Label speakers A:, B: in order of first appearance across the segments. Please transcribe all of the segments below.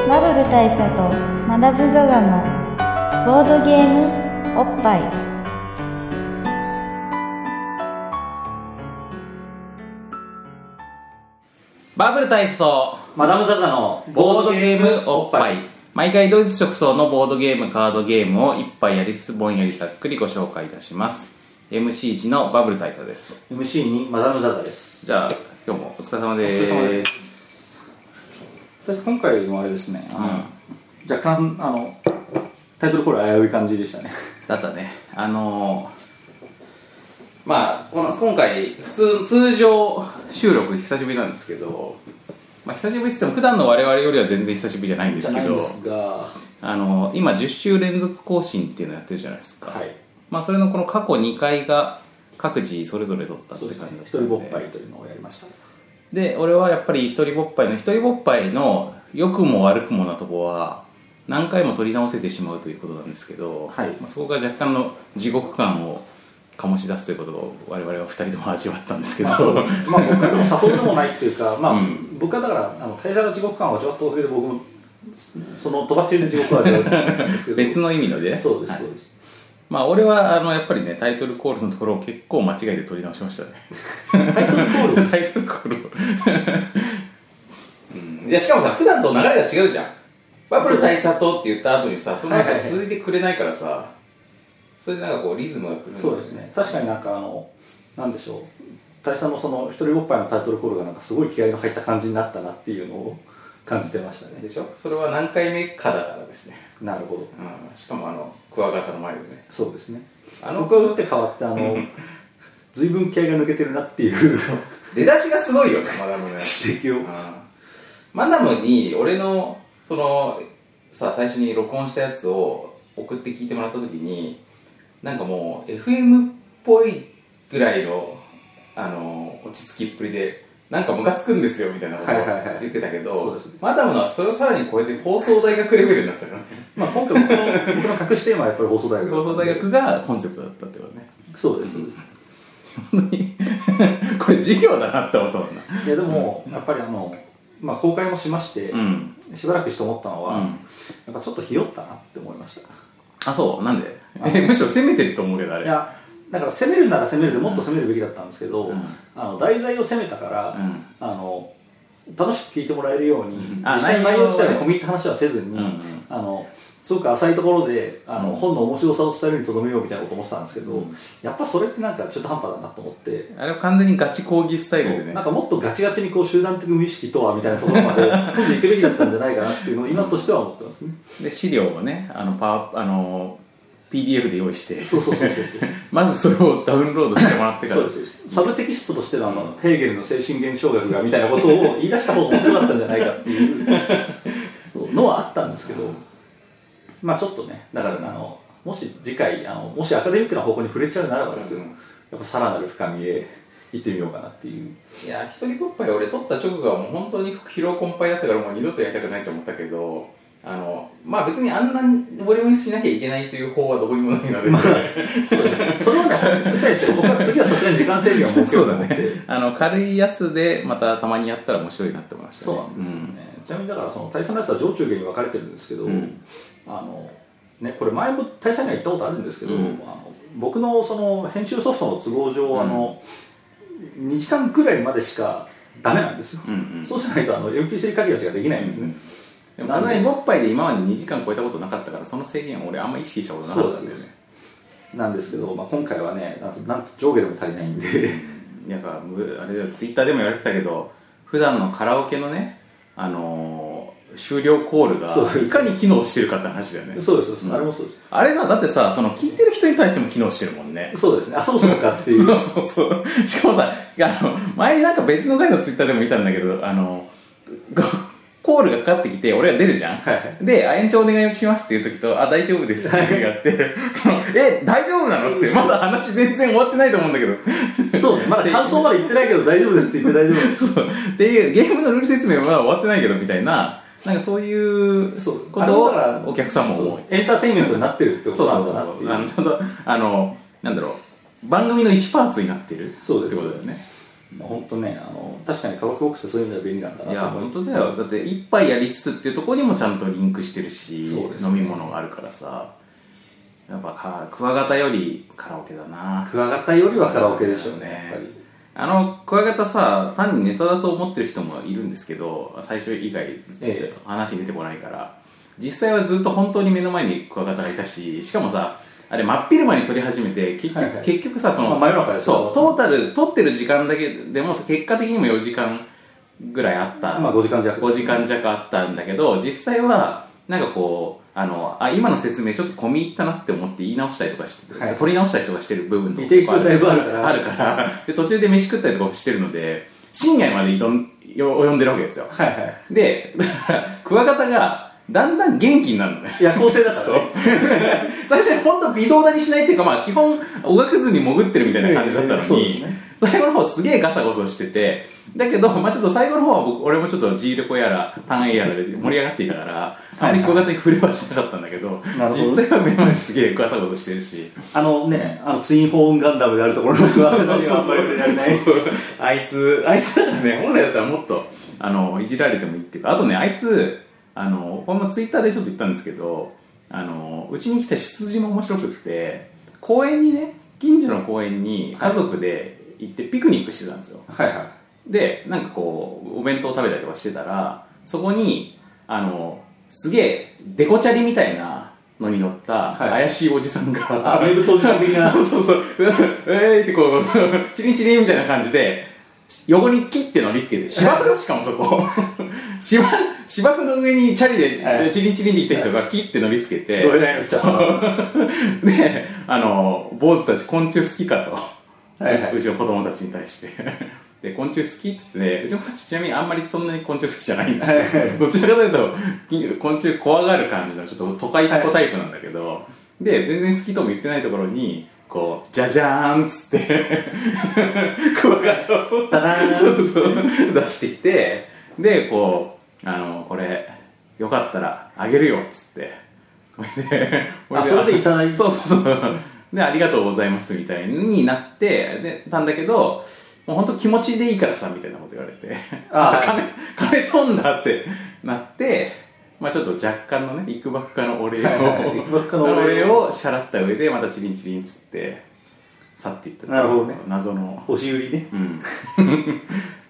A: 大佐とマダム・ザ・ザのボードゲームおっぱい
B: バブル体操
C: マダム・ザ・ザの
B: ボードゲームおっぱい毎回ドイツ直送のボードゲームカードゲームを一杯やりつつぼんやりさっくりご紹介いたします MC1 のバブル大佐です
C: MC にマダム・ザ・ザです
B: じゃあ今日もお疲れ様で
C: お疲れ様
B: ー
C: です私今回のあれですねあの、若干あのタイトルコール危うい感じでしたね
B: だったねあのーまあこの今回普通通常収録久しぶりなんですけど、まあ、久しぶりっつっても普段の我々よりは全然久しぶりじゃないんで
C: じ
B: す
C: ゃ
B: け
C: ないん
B: ど
C: ですがは
B: あのー今10週連続更新っていうのやってるじゃないですか、
C: い
B: まあ、それのこの過去2回が各自それぞれ取ったって
C: そう
B: 感
C: で
B: じ
C: す
B: だ
C: ね
B: ったんで
C: 一人ぼっぱいというのをやりました
B: で俺はやっぱり一人ぼっぱいの一人ぼっぱいの良くも悪くもなとこは何回も取り直せてしまうということなんですけど、
C: はい
B: まあ、そこが若干の地獄感を醸し出すということを我々は二人とも味わったんですけど、
C: まあ、そうまあ僕はでも悟りでもないっていうか、まあ
B: うん
C: 僕はだからあの大佐の地獄感を味わったおかげで僕もそのとばっちりの地獄は味わったんですけ ど
B: 別の意味のでね
C: そうです
B: はい
C: そうです、
B: まあ俺はあのやっぱりねタイトルコールのところを結構間違えて取り直しましたね
C: タイトルコー ル
B: タイトルコールをうんいやしかもさ普段と流れが違うじゃんバブル大佐とって言った後にさその
C: はい
B: 中
C: はい
B: 続いてくれないからさそれでなんかこうリズムが来るんだよ
C: そうですね確かになんかあのなんでしょう大佐のその一人ぼっぱいのタイトルコールがなんかすごい気合いの入った感じになったなっていうのを 感じてましたね
B: でしょそれは何回目かだからですね、
C: なるほど
B: うん、しかもあのクワガタの前でね
C: そうですね
B: あの
C: 僕は打って変わってあの随分気合が抜けてるなっていう
B: 出だしがすごいよねマダムね
C: 指摘
B: うん
C: を
B: マダムに俺のそのさ最初に録音したやつを送って聞いてもらった時になんかもう FM っぽいぐらいのあの落ち着きっぷりでなんかムカつくんですよみたいなことを
C: はいはいはい
B: 言ってたけ
C: そう
B: ど
C: ですね
B: マダムのはそれをさらに超えて放送大学レベルになったよね
C: まあ今回僕の僕の隠しテーマはやっぱり放送大学
B: 放送大学がコンセプトだったってことね
C: そうですそうです
B: 本当に これ授業だなって思ったもんない
C: やでもやっぱりあのまあ公開もしまして、
B: うん
C: しばらくして思ったのは、
B: うん
C: やっぱちょっとひよったなって思いました
B: あそうなんでえむしろ攻めてると思うけどあれ
C: いやだから攻めるなら攻めるでもっと攻めるべきだったんですけど、
B: うん
C: あの題材を攻めたから、
B: うん
C: あの楽しく聞いてもらえるように、
B: うんあ
C: 実際の
B: 内
C: 内
B: 容
C: 容
B: を
C: 自体は込み入った話はせずに、
B: うんうん
C: あのすごく浅いところであの、
B: うん
C: 本の面白さを伝えるにとどめようみたいなこと思ってたんですけど、
B: うん
C: やっぱそれってなんか中途半端だなと思って。
B: あれは完全にガチ講義スタイルでね
C: なんかもっとガチガチにこう集団的無意識とはみたいなところまで突っ込んでいくべきだったんじゃないかなっていうのを今としては思ってますね。
B: で資料をねあのパワーあの PDF で用意して
C: そうそうそうそうそう。
B: まずそれをダウンロードしてもらってから
C: そうですサブテキストとしてのあのヘーゲルの精神現象学がみたいなこと を言い出した方が面白かったんじゃないかって いうそうのはあったんですけど、まあちょっとねだからあのもし次回あのもしアカデミックな方向に触れちゃうならばですよ、
B: うん
C: やっぱさらなる深みへ行ってみようかなっていう
B: いや一人っぱい俺撮った直後はもう本当に疲労困憊だったからもう二度とやりたくないと思ったけどあのまあ別にあんなボリュームにしなきゃいけないという方はどこにもないので、
C: それはね本当にですけど僕は次はさすがに時間制限を設けようと思って
B: あの軽いやつでまたたまにやったら面白いなって思いました、
C: そう
B: ね、
C: なんですよね、ちなみにだからその大佐のやつは上中下に分かれてるんですけど、
B: うん
C: あのね、これ前も大佐には言ったことあるんですけど、
B: うん
C: あの僕のその編集ソフトの都合上、
B: ん
C: あの2時間くらいまでしかダメなんですよ、
B: うんうん
C: そうじゃないとあの MP3 書き出しができないんですね、
B: でもただにぼっぱいで今まで2時間超えたことなかったからその制限を俺あんま意識したことなかったんだよ
C: そう
B: ね
C: なんですけど、まあ、今回はねなんとなんと上下でも足りないんで
B: なんかむあれだよツイッターでも言われてたけど普段のカラオケのねあのー終了コールが
C: そうそう
B: いかに機能してるかって話だよね
C: そうですそうです、
B: うん
C: あれもそうで
B: あれさだってさその聞いてる人に対しても機能してるもんね
C: すそうですねあそうそうかって いう
B: そうそうそうしかもさあの前になんか別の回のツイッターでも見たんだけどあのこコールがかかってきて俺が出るじゃん、
C: はい
B: であ延長お願いしますっていう時とあ大丈夫ですっていう時があってそのえ大丈夫なのってまだ話全然終わってないと思うんだけど
C: そうねまだ感想まで言ってないけど大丈夫ですって言って大丈夫
B: そうっていうゲームのルール説明はまだ終わってないけどみたいななんかそういう
C: そう
B: ことを
C: あれもだから
B: お客さんも
C: そ
B: 思
C: う
B: い
C: エンターテインメントになってるってこ
B: そう
C: とな
B: そうんそうそ
C: だなっていう
B: うあのちょうどあのなんだろう番組の1パーツになってる
C: そうです
B: ってことだよね
C: 本当ねあの確かにカラオケボックスそういう意味では便利なんだ
B: い
C: な
B: や
C: と思
B: 本
C: い
B: 当だよだって一杯やりつつっていうところにもちゃんとリンクしてるし、
C: そうですね
B: 飲み物があるからさやっぱかクワガタよりカラオケだな
C: クワガタよりはカラオケでしょうねやっぱり
B: あのクワガタさ単にネタだと思ってる人もいるんですけど最初以外ずっ
C: え
B: と話に出てこないから、実際はずっと本当に目の前にクワガタがいたししかもさあれ真っ昼間に撮り始めて結局,、
C: はいはい
B: 結局さその、
C: まあ真夜中ですよ
B: そうトータル撮ってる時間だけでもさ結果的にも4時間ぐらいあった
C: まあ5時間弱
B: 5時間弱あったんだけど実際はなんかこうあのあ今の説明ちょっと込み入ったなって思って言い直したりとかして、
C: はい
B: 取り直したりとかしてる部分と
C: リテイクだいぶあるから
B: あるからで途中で飯食ったりとかしてるので深夜までいどんよ及んでるわけですよ
C: はいはい
B: で だからクワガタがだんだん元気になるのね
C: 夜行性だ ったね
B: 最初に本当微動だにしないっていうか、まあ、基本おがくずに潜ってるみたいな感じだったの
C: ええそうです
B: に、
C: ね
B: 最後の方すげえガサゴソしててだけど、まあ、ちょっと最後の方は僕俺もちょっと G 旅行やら単位やらで盛り上がっていたからあまり小型に触れはしなかったんだけど
C: なるほど
B: 実際は目の前ですげえガサゴソしてるし。
C: あのねあのツインフォーンガンダムであるところのクワガタにはあんまり触れられない
B: そうそうあいつあいつだってね本来だったらもっとあのいじられてもいいっていうかあとねあいつあのこれもツイッターでちょっと言ったんですけどあのうちに来た出自も面白くって公園にね近所の公園に家族で行ってピクニックしてたんですよ、
C: はいはい
B: でなんかこうお弁当食べたりとかしてたらそこにあのすげえデコチャリみたいなのに乗った
C: はい
B: 怪しいおじさんが、
C: あ名物おじさん的な
B: そうそうそう、えーってこう、 チリンチリンみたいな感じで、横に切って乗りつけて、芝生よ、しかもそこ。 芝、芝生の上にチャリ
C: は
B: で
C: い
B: チリンチリンできた人が切って乗りつけて、
C: どえらいの来ちゃったな
B: で、あの、坊主たち昆虫好きかと、
C: はいはいう
B: ちの子供たちに対して。で、昆虫好きっつってね、うちの子たちちなみにあんまりそんなに昆虫好きじゃないんですよ。どちらかというとき、昆虫怖がる感じのちょっと都会っ子タイプなんだけど、で、全然好きとも言ってないところに、こう、じゃじゃーんっつって、 クワガタを
C: ダダー ン
B: そうそう出してきて、で、こう、あの、これ、よかったらあげるよっつって。それで
C: あそれでいただい て
B: そうそうそう。で、ありがとうございますみたいになって、で、たんだけど、もう本当気持ちでいいからさ、みたいなこと言われて、
C: あ
B: あ、金、金飛んだってなって、まあちょっと若干のね、いくばくかのお礼を、
C: はい はいいくばくか のお礼を
B: を支払った上で、またチリンチリンつって、去っていったっていう
C: なるほどね
B: 謎の、
C: 押し売りね
B: うん。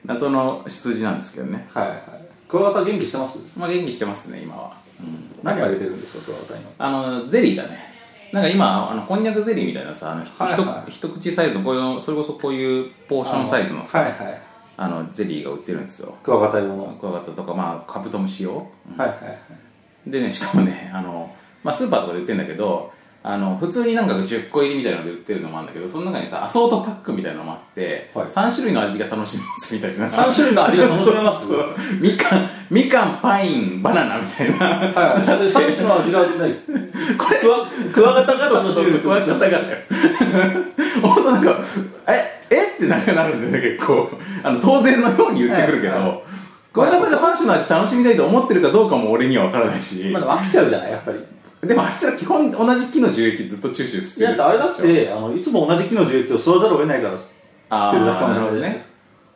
B: 謎の出自なんですけどね。
C: はいはいクワガタ元気してます
B: まあ元気してますね、今は。うん
C: 何あげてるんですかクワガタには
B: あのゼリーだねなんか今あのこんにゃくゼリーみたいなさあの、ひ
C: はいはい
B: ひと一口サイズのこういうのそれこそこういうポーションサイズのさ
C: はいはい
B: あのゼリーが売ってるんですよ
C: クワガタ用のは
B: クワガタとかまあカブトムシ用
C: いはいはい
B: でねし かもねあの、まあ、スーパーとかで売ってるんだけどあの普通になんか10個入りみたいなので売ってるのもあるんだけどその中にさアソートパックみたいなのもあって、
C: はい
B: 3種類の味が楽しめますみたいな
C: 3種類の味が楽しめま す
B: そうそうそうみかんみかんパインバナナみたいな
C: はいはい3種の味がない
B: これ
C: クワクワガタが楽し
B: そう
C: め
B: そう
C: る
B: クワガタがね 本当なんかええってなんかなるんだよね結構あの当然のように言ってくるけど、
C: はいはい
B: クワガタが3種の味楽しみたいと思ってるかどうかも俺には分からないし、
C: まあでも飽きちゃうじゃないやっぱり
B: でもあいつら基本同じ木の樹液ずっとチューチューし
C: い
B: てる
C: やだってあれだってあのいつも同じ木の樹液を吸わざるを得ないから吸ってるだけかもしれないじゃないですか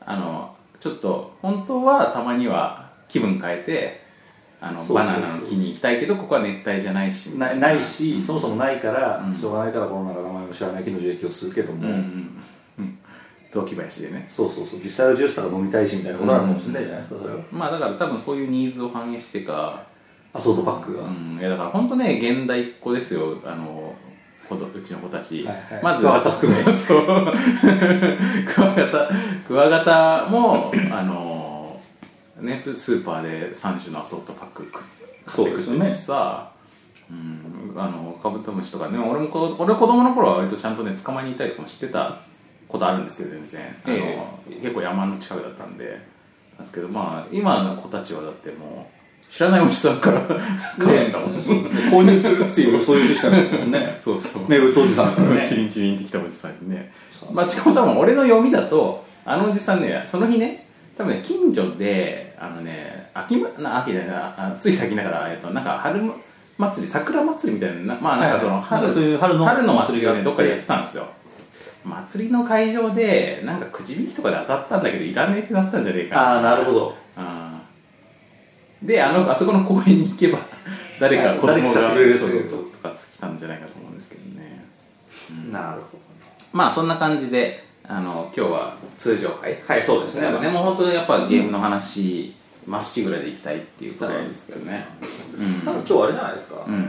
B: あのちょっと本当はたまには気分変えてあの
C: そうそうそう
B: バナナの木に行きたいけどここは熱帯じゃないしみた
C: ないい
B: な
C: ないし、そもそもないから、
B: うん
C: しょうがないからこの中名前も知らない木の樹液を吸うけど
B: う
C: も、
B: んうんうん雑木林でね
C: そうそうそう実際のジュースとか飲みたいしみたいなことなのかもしれないじゃないですか、それは
B: まあだから多分そういうニーズを反映してか、
C: アソートパック
B: う
C: が、
B: ん、いやだから本当ね現代っ子ですよあの子どうちの子たち、
C: はいはい
B: まず
C: クワガタ含め
B: そうクワガタクワガタもあのねスーパーで3種のアソートパック買ってく
C: そう
B: る
C: で
B: し
C: すね
B: さうん、あのカブトムシとかね俺もこ俺は子供の頃は割とちゃんとね捕まえに行ったりとかもしてたことあるんですけど全然、
C: え
B: あの結構山の近くだったんでなんですけどまあ今の子たちはだってもう知らないおじさんから 買うんだもん、
C: 購入するっていうそういうシステムですもん ね
B: そうそう
C: 名物おじさんですからね
B: チリンチリンってきたおじさんにね
C: そう
B: まあしかも多分俺の読みだとあのおじさんねその日ね多分ね近所であのね秋まな秋じゃないなあつい先だから、えっと、なんか春祭り桜祭りみたいなまあなんかその
C: はい
B: 春,、
C: なんかそういう春の
B: 春の祭りがね
C: 祭りが
B: どっかでやってたんですよ祭りの会場でなんかくじ引きとかで当たったんだけどいらねえってなったんじゃねえか
C: ああなるほど
B: あーであのあそこの公園に行けば 誰か子供
C: 誰か買っ
B: が
C: てくれるやつ
B: そう
C: がいる
B: と
C: と
B: か来たんじゃないかと思うんですけどね
C: なるほ
B: まあそんな感じであの今日は通常会
C: はいそうですね
B: なんかねもう本当にやっぱゲームの話まっしぐらいでいきたいっていうところですけどね
C: どなんか今日あれじゃないですか、
B: う
C: ちょ
B: ん
C: っ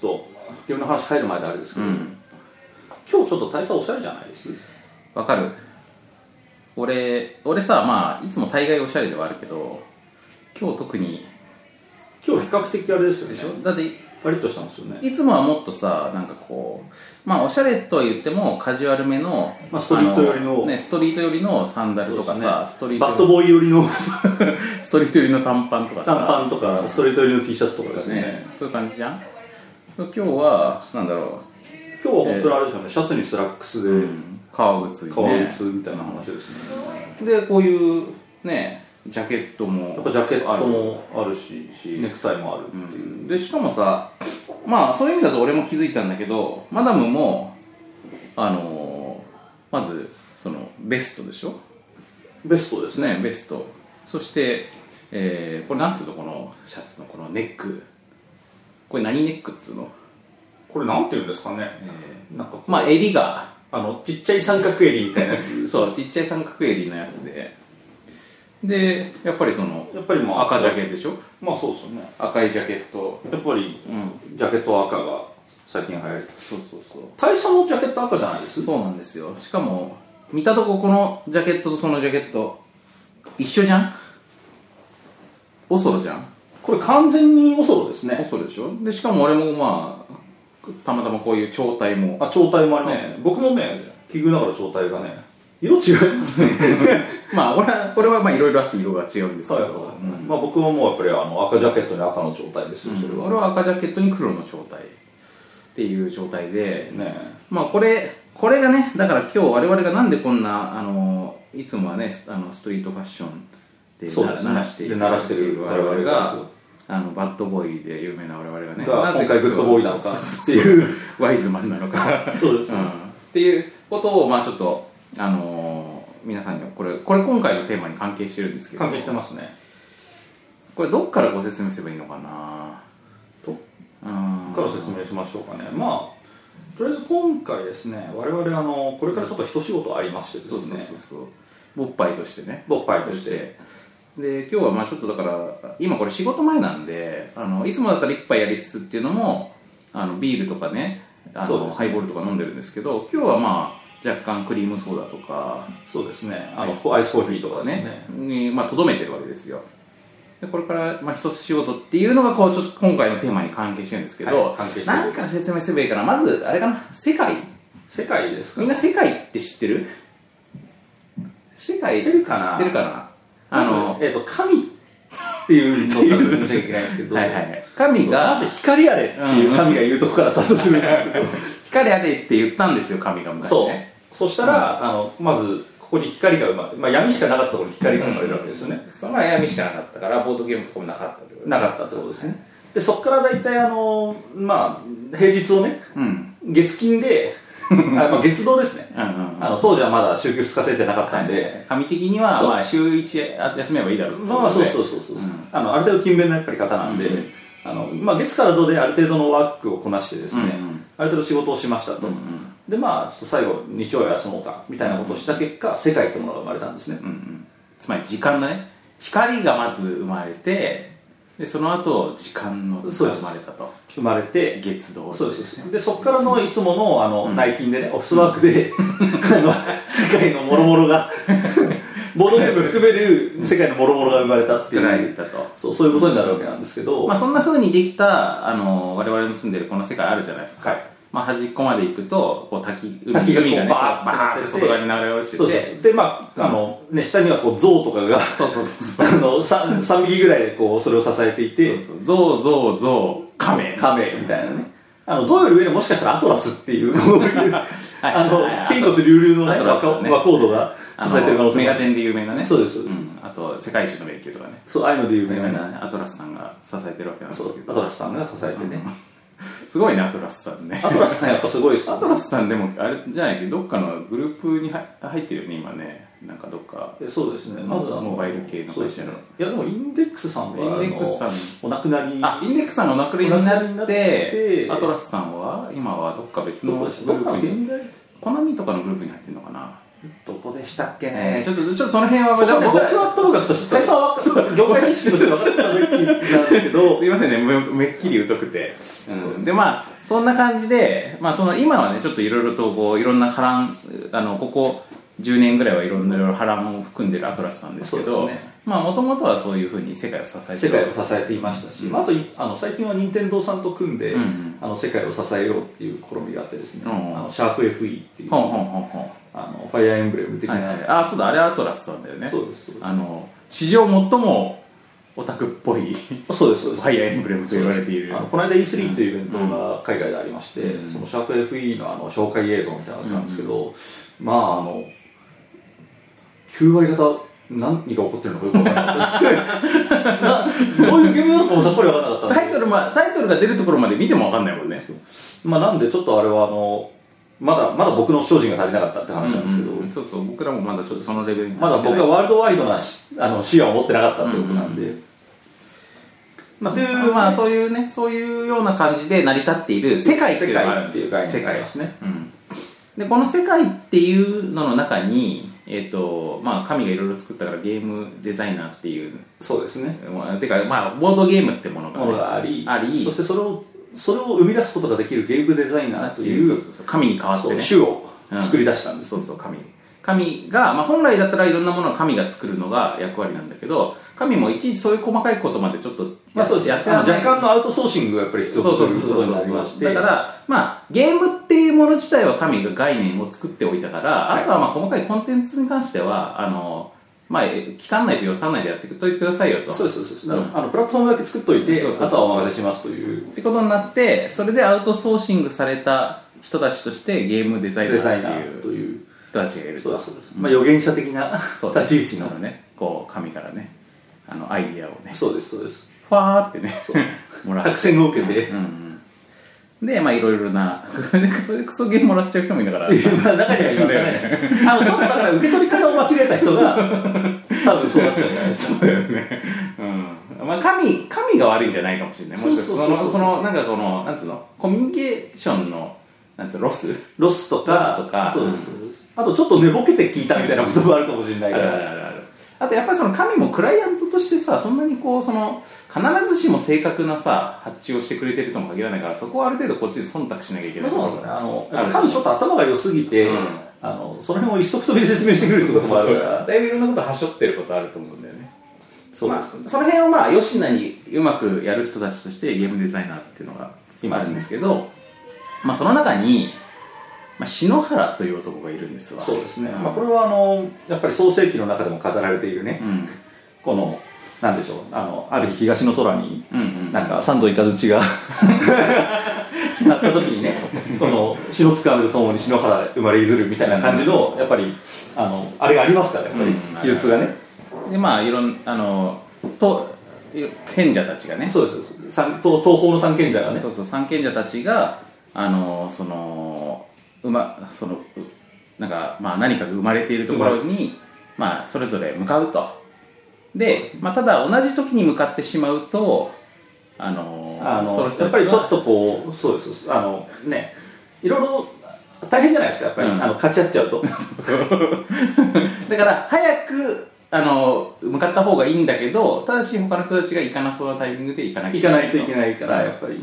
C: とゲームの話入る前であれですけ
B: う
C: ど、
B: ん
C: 今日ちょっと大差おしゃれじゃないです
B: わかる俺俺さまあいつも大概おしゃれではあるけど今日特に
C: 今日比較的あれですよね
B: でしょだって
C: パリッとしたんですよね
B: いつもはもっとさなんかこうまあおしゃれとは言ってもカジュアルめの、
C: まあストリート寄りの
B: あね、ストリート寄りのサンダルとかさ、ストリート
C: バットボーイ寄りの
B: ストリート寄りの短パンとかさ
C: 短パンとかストリート寄りの T シャツとかですね
B: ねそういう感じじゃん今日はなんだろ
C: 今日は本当にあれですよね、シャツにスラックスで、
B: う、革靴にね
C: 革靴みたいな話ですね、
B: でこういうねジャケットも
C: やっぱジャケットもあるしネクタイもあるっていう、
B: でしかもさまあそういう意味だと俺も気づいたんだけどマダムもあのーまずそのベストでしょ
C: ベストですね
B: ねベストそして、えーこれなんつうのこのシャツのこのネックこれ何ネックっつうの、
C: これなんていうんですかね
B: え
C: なんかこ
B: ー
C: う
B: まあ襟が
C: あのちっちゃい三角襟みたいなやつ
B: そうちっちゃい三角襟のやつででやっぱりその
C: やっぱりまあ
B: 赤ジャケットでしょ
C: まあそうですよね
B: 赤いジャケット
C: やっぱり
B: うん
C: ジャケットは赤が最近流行り
B: そうそうそう
C: 大佐のジャケット赤じゃないです
B: そうなんですよしかも見たとここのジャケットとそのジャケット一緒じゃんオソロじゃん
C: これ完全にオソロです
B: オ
C: ね
B: ソロでしょでしかも俺もまあたまたまこういう長体も
C: あ長体もありますね僕もね奇遇ながら長体がね色違いますね
B: まあ俺は俺はまあいろいろあって色が違うんですけ
C: はい
B: ど、
C: はい、まあ、僕はもうやっぱりあの赤ジャケットに赤の状態ですよそれは、
B: 俺は赤ジャケットに黒の長体っていう状態で
C: ね
B: まあこれこれがねだから今日我々がなんでこんなあのいつもはねスあのストリートファッションで
C: そうですね
B: ならしてい
C: で鳴らしてる
B: 我々
C: 我々
B: が
C: が
B: あのバッドボーイで有名な我々がねな
C: が
B: ぜ
C: 今回グッドボーイなのか
B: そうそうそう
C: って
B: ワイズマンなの か、
C: そうで
B: うん、っていうことをまあちょっとあのー皆さんにはこれこれ今回のテーマに関係してるんですけど
C: 関係してますね
B: これどっからご説明すればいいのかな
C: と
B: うん
C: から説明しましょうかねまあとりあえず今回ですね我々あのこれからちょっと一仕事ありましてです
B: そうそう
C: ね
B: そうそうボッパイとしてね
C: 勃発
B: と
C: と
B: し
C: してて
B: で今日はまあちょっとだから今これ仕事前なんであのいつもだったら一杯やりつつっていうのもあのビールとかねあ
C: そう
B: の
C: ですね
B: ハイボールとか飲んでるんですけど今日はまあ若干クリームソーダとか
C: そうですね
B: ア
C: あ
B: イ
C: の
B: ス
C: アイスコーヒーとかですね
B: ねにまあとどめてるわけですよでこれからまあ一つ仕事っていうのがこうちょっと今回のテーマに関係してるんですけど、
C: はい関係してる
B: 何から説明すればいいかなまずあれかな世界
C: 世界ですか
B: みんな世界って知ってる世界
C: 知ってるかな
B: 知ってるかなあ
C: あ
B: の
C: の、えっ、と、神っていうのから説明しなきゃいけないんですけど、
B: はいはいはい、神
C: ま
B: が
C: ず光あれっていう神が言うとこからスタートするんですけど、
B: 光あれって言ったんですよ神が昔
C: そ
B: ね
C: う。そしたら、あの、まず、ここに光が生まれ、まあ闇しかなかったところに光が生まれるわけですよね。
B: その悩みしかなかったからボードゲームとかもなかったってこと
C: なかったってことですね。で、そこから大体あの、まあ、平日をね、
B: うん
C: 月 金で、あまあ、月堂ですね。
B: うんうんうん
C: あの、当時はまだ週休2日制ってなかったんで、
B: で神的には
C: そう
B: まあ週一休めばいいだろうって
C: まあ、そうそう
B: う
C: そうそう、
B: ん
C: あのある程度勤勉なやっぱり方なんで、
B: うん
C: あのまあ、月から土である程度のワークをこなしてですね、
B: うんうん
C: ある程度仕事をしましたと、でまあちょっと最後日曜は休もうかみたいなことをした結果世界ってものが生まれたんですね、
B: つまり時間だね光がまず生まれてでその後時間のが
C: そうです
B: 生まれたと
C: 生まれて
B: 月堂
C: そうですそうですでそこからのいつものあの、内勤でねオフィスワークで、あの世界のもろもろ がボードゲーム含める世界のもろもろが生まれたって
B: 作られ
C: いう
B: たと
C: そうそういうことになるわけなんですけど、
B: まあ、そんな風にできたあの我々の住んでるこの世界あるじゃないですか、
C: はい
B: まあ、端っこまで行くとこう滝海
C: 滝がこう
B: 海ね
C: バー
B: バー
C: バー
B: っ
C: ってて
B: 外側に流れ落ちてて
C: そうそうそうでまああの、ね、下にはこう象とかが
B: そうそうそう
C: あの 3, 3匹ぐらいでこうそれを支えていて
B: そうそうゾウゾウゾウカメ
C: カメみたいなねあの象より上にもしかしたらアトラスっ ていうこういう
B: はい
C: あの
B: はいはい
C: 筋骨隆々のね
B: アトラスね
C: 若若コードが
B: あ
C: 支えてる可能
B: の
C: 性
B: メ
C: が
B: ガ
C: ある
B: テンで有名なね
C: そうですそうです
B: んあと世界一の迷宮とかね
C: そうああいうので有名
B: 有名
C: な
B: なアトラスさんが支えてるわけなんで
C: そ
B: す
C: う
B: けど
C: アトラスさんが支えてね
B: すごいねアトラスさんね
C: アトラスさんやっぱすごいっす
B: アトラスさんでもあれじゃないけどどっかのグループに入入ってるよね今ねなんかどっか
C: えそうですねまずあの
B: モバイル系の
C: そうです
B: 会
C: ね
B: 社の
C: いやでもインデックスさんは
B: インデックスさん
C: あのお亡くなり
B: あインデックスさんがお亡くなりにな
C: お亡くなりに
B: っ
C: なってて
B: アトラスさんは今はどっか別
C: ど
B: の
C: こ
B: グ
C: で
B: ル
C: したどっかの
B: ープに
C: 現代
B: コナミとかのグループに入ってるのかな、
C: どこでしたっけ
B: えー、
C: ね
B: ちょっとちょっとその辺は
C: そこね
B: 僕
C: 僕
B: ら
C: はともかくとして最初は業界認識として分かったべきなんですけど
B: すいませんねめめっきり疎くて、うん、でまあそんな感じで、まあ、その今はねちょっといろいろとこういろんな波乱あのここ10年ぐらいはいろんな波乱を含んでるアトラスさんですけ
C: そ
B: ど
C: うですね
B: まあもともとはそういうふうに世界を支えて
C: 世
B: る
C: 界を支えていましたし、まあ、あといあの最近は任天堂さんと組んで、
B: うんうん
C: あの世界を支えようっていう試みがあってですね、
B: うんうん
C: あのシャープ FE っていう、
B: ほんほんほんほん
C: あのファイアーエンブレム的な、
B: はいはい、あそうだあれアトラスさんだよね
C: そうですそうです
B: あの史上最もオタクっぽい
C: そうですそうです
B: ファイアーエンブレムと言われている
C: あのこの間 E3 というイベントが海外でありまして、
B: うん
C: そのシャープ FE のあの紹介映像みたいなのがあったんですけど、まああの9割方何が起こってるのかよく分からなかったです などういうゲームなのかもさっぱり分からなかったん
B: タ
C: で
B: イトル、ま、タイトルが出るところまで見てもわかんないもんね
C: まあ、なんでちょっとあれはあのまだまだ僕の精進が足りなかったって話なんですけど、
B: うんうんそうそう僕らもまだちょっとそのレベルに
C: まだ
B: 達して
C: 僕
B: ない
C: はワールドワイドなしあの視野を持ってなかったってことなんで、まあ、という、
B: まあそういうねそういうような感じで成り立っている世界っていうのがあるんですよ
C: 世界っていう概念がありますね
B: 世界うんでこの世界っていうのの中にえっ、とまあ神がいろいろ作ったからゲームデザイナーっていう
C: そうですね
B: まあてかまあボードゲームってものが,、
C: ものがあり
B: あり
C: そしてそれをそれを生み出すことができるゲームデザイナーという
B: そうそうそう神に代わって
C: そう
B: ね
C: 種を作り出したんです、
B: そうそう神神が、まあ、本来だったらいろんなものを神が作るのが役割なんだけど神もいちいちそういう細かいことまでちょっと
C: まあ、そうですね
B: やって
C: あの
B: らんない
C: 若干のアウトソーシングがやっぱり必要
B: そう
C: と
B: そう
C: い
B: そううそ
C: こ
B: う
C: とになりまして
B: だからまあゲームっていうもの自体は神が概念を作っておいたから、
C: はい
B: あとはまあ細かいコンテンツに関してはあのまあ期間内と予算内でやってくといてくださいよと
C: そうですそうですだから、あのプラットフォームだけ作っといて
B: そうそうそう
C: あとはお任せしますという
B: ってことになってそれでアウトソーシングされた人たちとしてゲームデザイナ
C: デザイナ
B: ーっ
C: ー
B: て
C: と
B: いう
C: いう
B: 人たちがいると
C: そうですそうです、まあ、予言者的な
B: そう
C: 立ち位置の
B: あのねこう神からねあのアイディアをね
C: そうですそうです
B: ファーってねもらって
C: 託戦を受けて、
B: でまあいろいろな クソクソゲームもらっちゃう人もいるんだから
C: まあ中にはいますからねあのちょっとだから受け取り方を間違えた人が多分そうなっちゃうんじゃないですか
B: そうだよね。うん。まあ、神、神が悪いんじゃないかもしれない。もしかして、
C: そ
B: そう
C: そうそうそ
B: の、
C: う
B: その、なんかこの、なんつうの、コミュニケーションの、なんつうの、ロス
C: ロスとか
B: ロスとか
C: そうですそうですあとちょっと寝ぼけて聞いたみたいなこともあるかもしれな
B: あ
C: い
B: る
C: か
B: ある
C: ら
B: あるある。あとやっぱりその神もクライアントとしてさ、そんなにこう、その、必ずしも正確なさ、発注をしてくれてるとも限らないから、そこはある程度こっちで忖度しなきゃいけ
C: で
B: ない。
C: もあの
B: ある
C: 彼ちょっと頭が良すぎて、
B: うん
C: あのその辺を一足飛びで説明してくれるってこともあるから
B: だいぶいろんなことはしょってることあると思うんだよね。
C: そう
B: ま
C: で
B: あ
C: す、
B: その辺をまあ吉名にうまくやる人たちとしてゲームデザイナーっていうのが
C: い
B: あ
C: ますね
B: るんですけど、まあ、その中に、まあ、篠原という男がいるんですわ
C: そうですね、
B: ん
C: まあ、これはあのやっぱり創世記の中でも語られているね、
B: うん
C: このなんでしょうあのある日東の空に
B: うんうん
C: なんか三度イカズチが なった時にねこの篠塚とともに篠原生まれ譲るみたいな感じのやっぱりあのあれがありますからやっぱり
B: うん
C: 記述がね、
B: でまあいろんあのと賢者たちがね
C: そうですそうです三東東方の三賢者がね
B: そうそう三賢者たちがあのそのうまそのうなんかまあ何かが生まれているところにまあそれぞれ向かうとでまあただ同じ時に向かってしまうとあの
C: あ
B: その
C: の
B: 人
C: や
B: た
C: っ
B: ちは
C: ぱりちょっとこうそうですそうですあのねいろいろ大変じゃないですかやっぱり、
B: うん
C: あの勝ち合っちゃう と
B: だから早くあの向かった方がいいんだけどただし他の人たちが行かなそうなタイミングで行かなきゃ
C: 行かないといけないからやっぱり、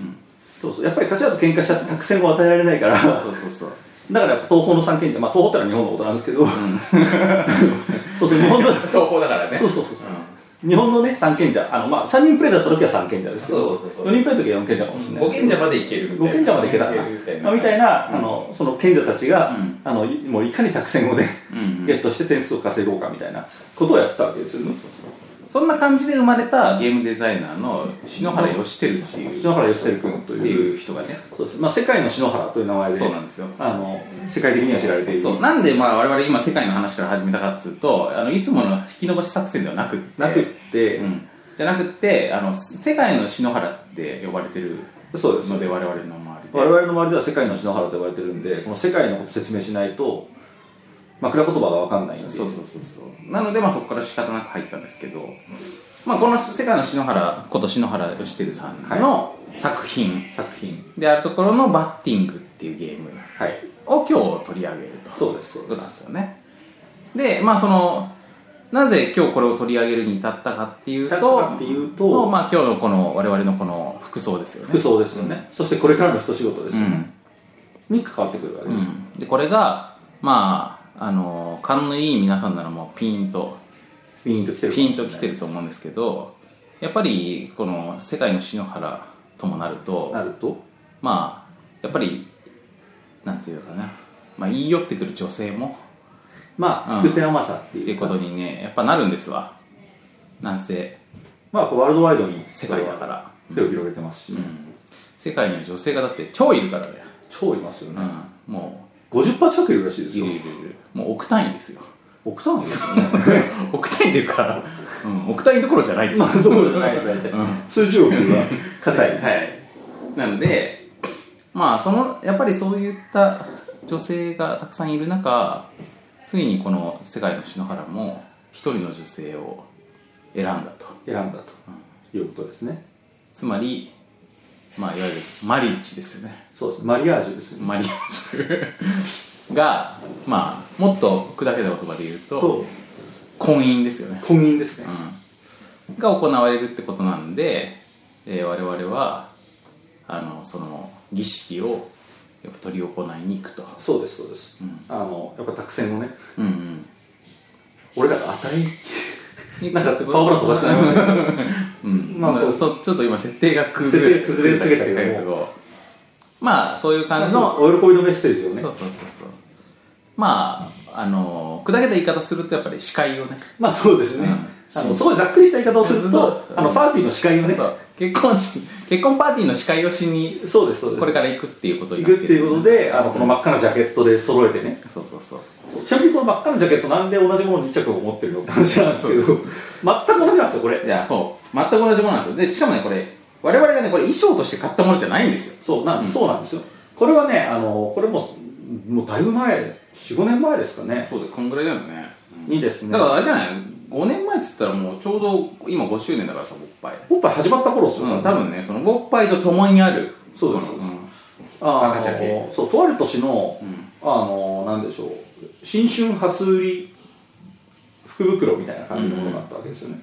C: そうそうやっぱり勝ち合うと喧嘩しちゃって託戦を与えられないから
B: そうそうそう
C: だからやっぱ東方の三賢者、まあ、東方ってのは日本のことなんですけど、 そうそう日本の
B: 東方だからね
C: そうそうそうそう日本のね三賢者あのまあ3人プレイだった時は三賢者ですけ
D: そ
C: ど
D: うそうそう
C: 4人プレイの時は4賢者かもしれない
D: ご
C: ですけど
D: 賢者までいけるみたいな
C: ご賢者までいけたかな
D: みたい
C: まあみたいな、あのその賢者たちが、
B: うん
C: あのいもういかに託戦をで、
B: うんうん
C: ゲットして点数を稼ごうかみたいなことをやってたわけですよね
B: そんな感じで生まれたゲームデザイナーの篠原義輝っていう
C: 篠原義輝君と
B: って
C: いう
B: いう人がね
C: そうです、まあ、世界の篠原という名前で
B: そうなんですよ
C: あの世界的には知られている
B: そうなんでまあ我々今世界の話から始めたかっつうとあのいつもの引き伸ばし作戦ではなくって
C: なくって、
B: うん、じゃなくってあの世界の篠原って呼ばれてる
C: そうです
B: ので我々の周り
C: 我々の周りでは世界の篠原と呼ばれてるんでこの世界のこと説明しないと枕言葉が分かんないんで
B: そうそうそうそうなのでまあそこから仕方なく入ったんですけど、まあ、この世界の篠原こと篠原義輝さんの作品
C: 作品
B: であるところのバッティングっていうゲーム
C: はい
B: を今日取り上げると
C: そうですそう
B: こ
C: で
B: となんですすよねでまあそのなぜ今日これを取り上げるに至ったかっていう
C: 至
B: と
C: ったかっていうと
B: のまあ、今日のこの我々のこの服装ですよね
C: 服装ですよね、そしてこれからの一仕事です
B: う
C: よ
B: ん
C: ね、に関わってくるわけです、
B: でこれがまああの勘のいい皆さんならもうピーンと
C: ピンと来てる
B: ピンときてると思うんですけどやっぱりこの世界の篠原ともなると
C: なると
B: まあやっぱりなんていうのかな、まあ、言い寄ってくる女性も
C: まあ
B: うん
C: 引く手あまたって
B: って
C: い
B: いううこ
C: か、
B: とにねやっぱなるんですわなんせ
C: まあこうワールドワイドに
B: 世界だから、
C: 手を広げてますし、
B: う
C: ね
B: ん世界には女性がだって超いるからね、
C: 超いますよね、
B: うん、も
C: 50%近くいるらしいで
B: う
C: す
B: い
C: よ
B: るいるいるもう億単位ですよ
C: 億単位ですよね
B: 億単位っていうか、うん、億単位どころじゃないです
C: まあどころじゃないです大体、
B: うん
C: 数十億は硬い、
B: はい、なのでまあそのやっぱりそういった女性がたくさんいる中ついにこの世界の篠原も一人の女性を選んだと
C: 選んだということですね
B: つまりまあいわゆるマリッジですよね
C: そうですねマリアージュですよね
B: マリッジがまあもっと砕けた言葉で言うと
C: と
B: 婚姻ですよね
C: 婚姻ですね、
B: うんが行われるってことなんで、えー我々はあのその儀式をやっぱ執り行いに行くと、
C: そうですそうです、
B: うん
C: あのやっぱ託戦をね
B: うんうん
C: 俺らが与えになんかパワーバランスおかしくなりましたけど
B: うん
C: ま
B: ま
C: あ
B: あ、
C: そう
B: そちょっと今設定が崩れ
C: 設定崩れてきたけども
B: まあそういう感じの
C: お喜びのメッセージをね
B: そうそうそうそうまああの砕けた言い方するとやっぱり司会をね
C: まあそうですね、
B: うん
C: あのすごいざっくりした言い方をすると、
B: うん
C: あのパーティーの司会をね、
B: そう結婚し結婚パーティーの司会をしに
C: そうですそうです
B: これから行くっていうことに
C: 行
B: なて
C: く
B: る
C: っていうことであのこの真っ赤なジャケットで揃えてね
B: そうそうそう
C: ちなみにこの真っ赤なジャケットなんで同じもの2着を持ってるのって話なんですけど全く同じなんですよこれ
B: いや、そう。全く同じものなんですよ。で、しかもね、これ、我々がね、これ衣装として買ったものじゃないんですよ。
C: そうなん,、そうなんですよこれはねあのこれももうだいぶ前45年前ですかね
B: そうで、こんぐらいだよね。
C: にですね
B: だからあれじゃない ?5 年前っつったらもうちょうど今5周年だからさ、ボッパイ。
C: おっぱい始まった頃ですよ、
B: うん、多分ね、そのボッパイと共にある。
C: そうです
B: このん
C: あ
B: 赤ジャケ
C: のそうとある年の、
B: ん
C: あのなんでしょう新春初売り福袋みたいな感じのものがあったわけですよね、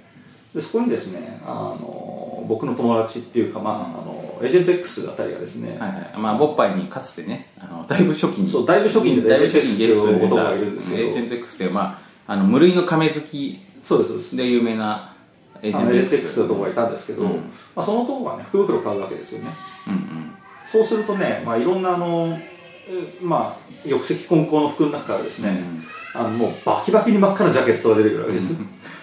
C: でそこにですねあの僕の友達っていうかまああのエージェント X あたりがですね、
B: はいはい。まあ、ボッパイにかつてね、あの、だいぶ初期に。
C: そうだいぶ初期に
B: だいぶ
C: エー
B: 初
C: ジ
B: 期
C: ェ
B: にゲストで
C: ント X っていう
B: 出
C: 男
B: た
C: がいるんですけ
B: エージェント
C: ど
B: X って、まあ、あの、無類の亀好き
C: そうですそうです
B: で有名なエ
C: エ
B: ージ
C: ージェ
B: ェン
C: ン
B: ト X。
C: ト X って男がいたんですけど、
B: うん
C: まあ、その男がね福袋を買うわけですよね
B: うんうん。
C: そうするとね、まあ、いろんなあの、えまあ、玉石混交の服の中からですね、あのもうバキバキに真っ赤なジャケットが出てくるわけですよ、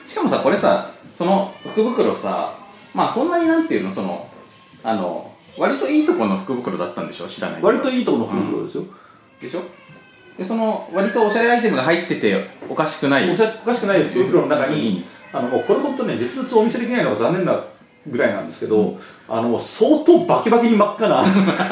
B: しかもさこれさその福袋さまあそんなになんていうのそのあの割といいとこの福袋だったんでしょ知らないけど
C: 割といいとこの袋ですよ、
B: でしょでその割とおしゃれアイテムが入ってておかしくない
C: おしゃおかしくない袋の中に、あのもうこれ本当ね実物をお見せできないのが残念なぐらいなんですけど、あのもう相当バキバキに真っ赤な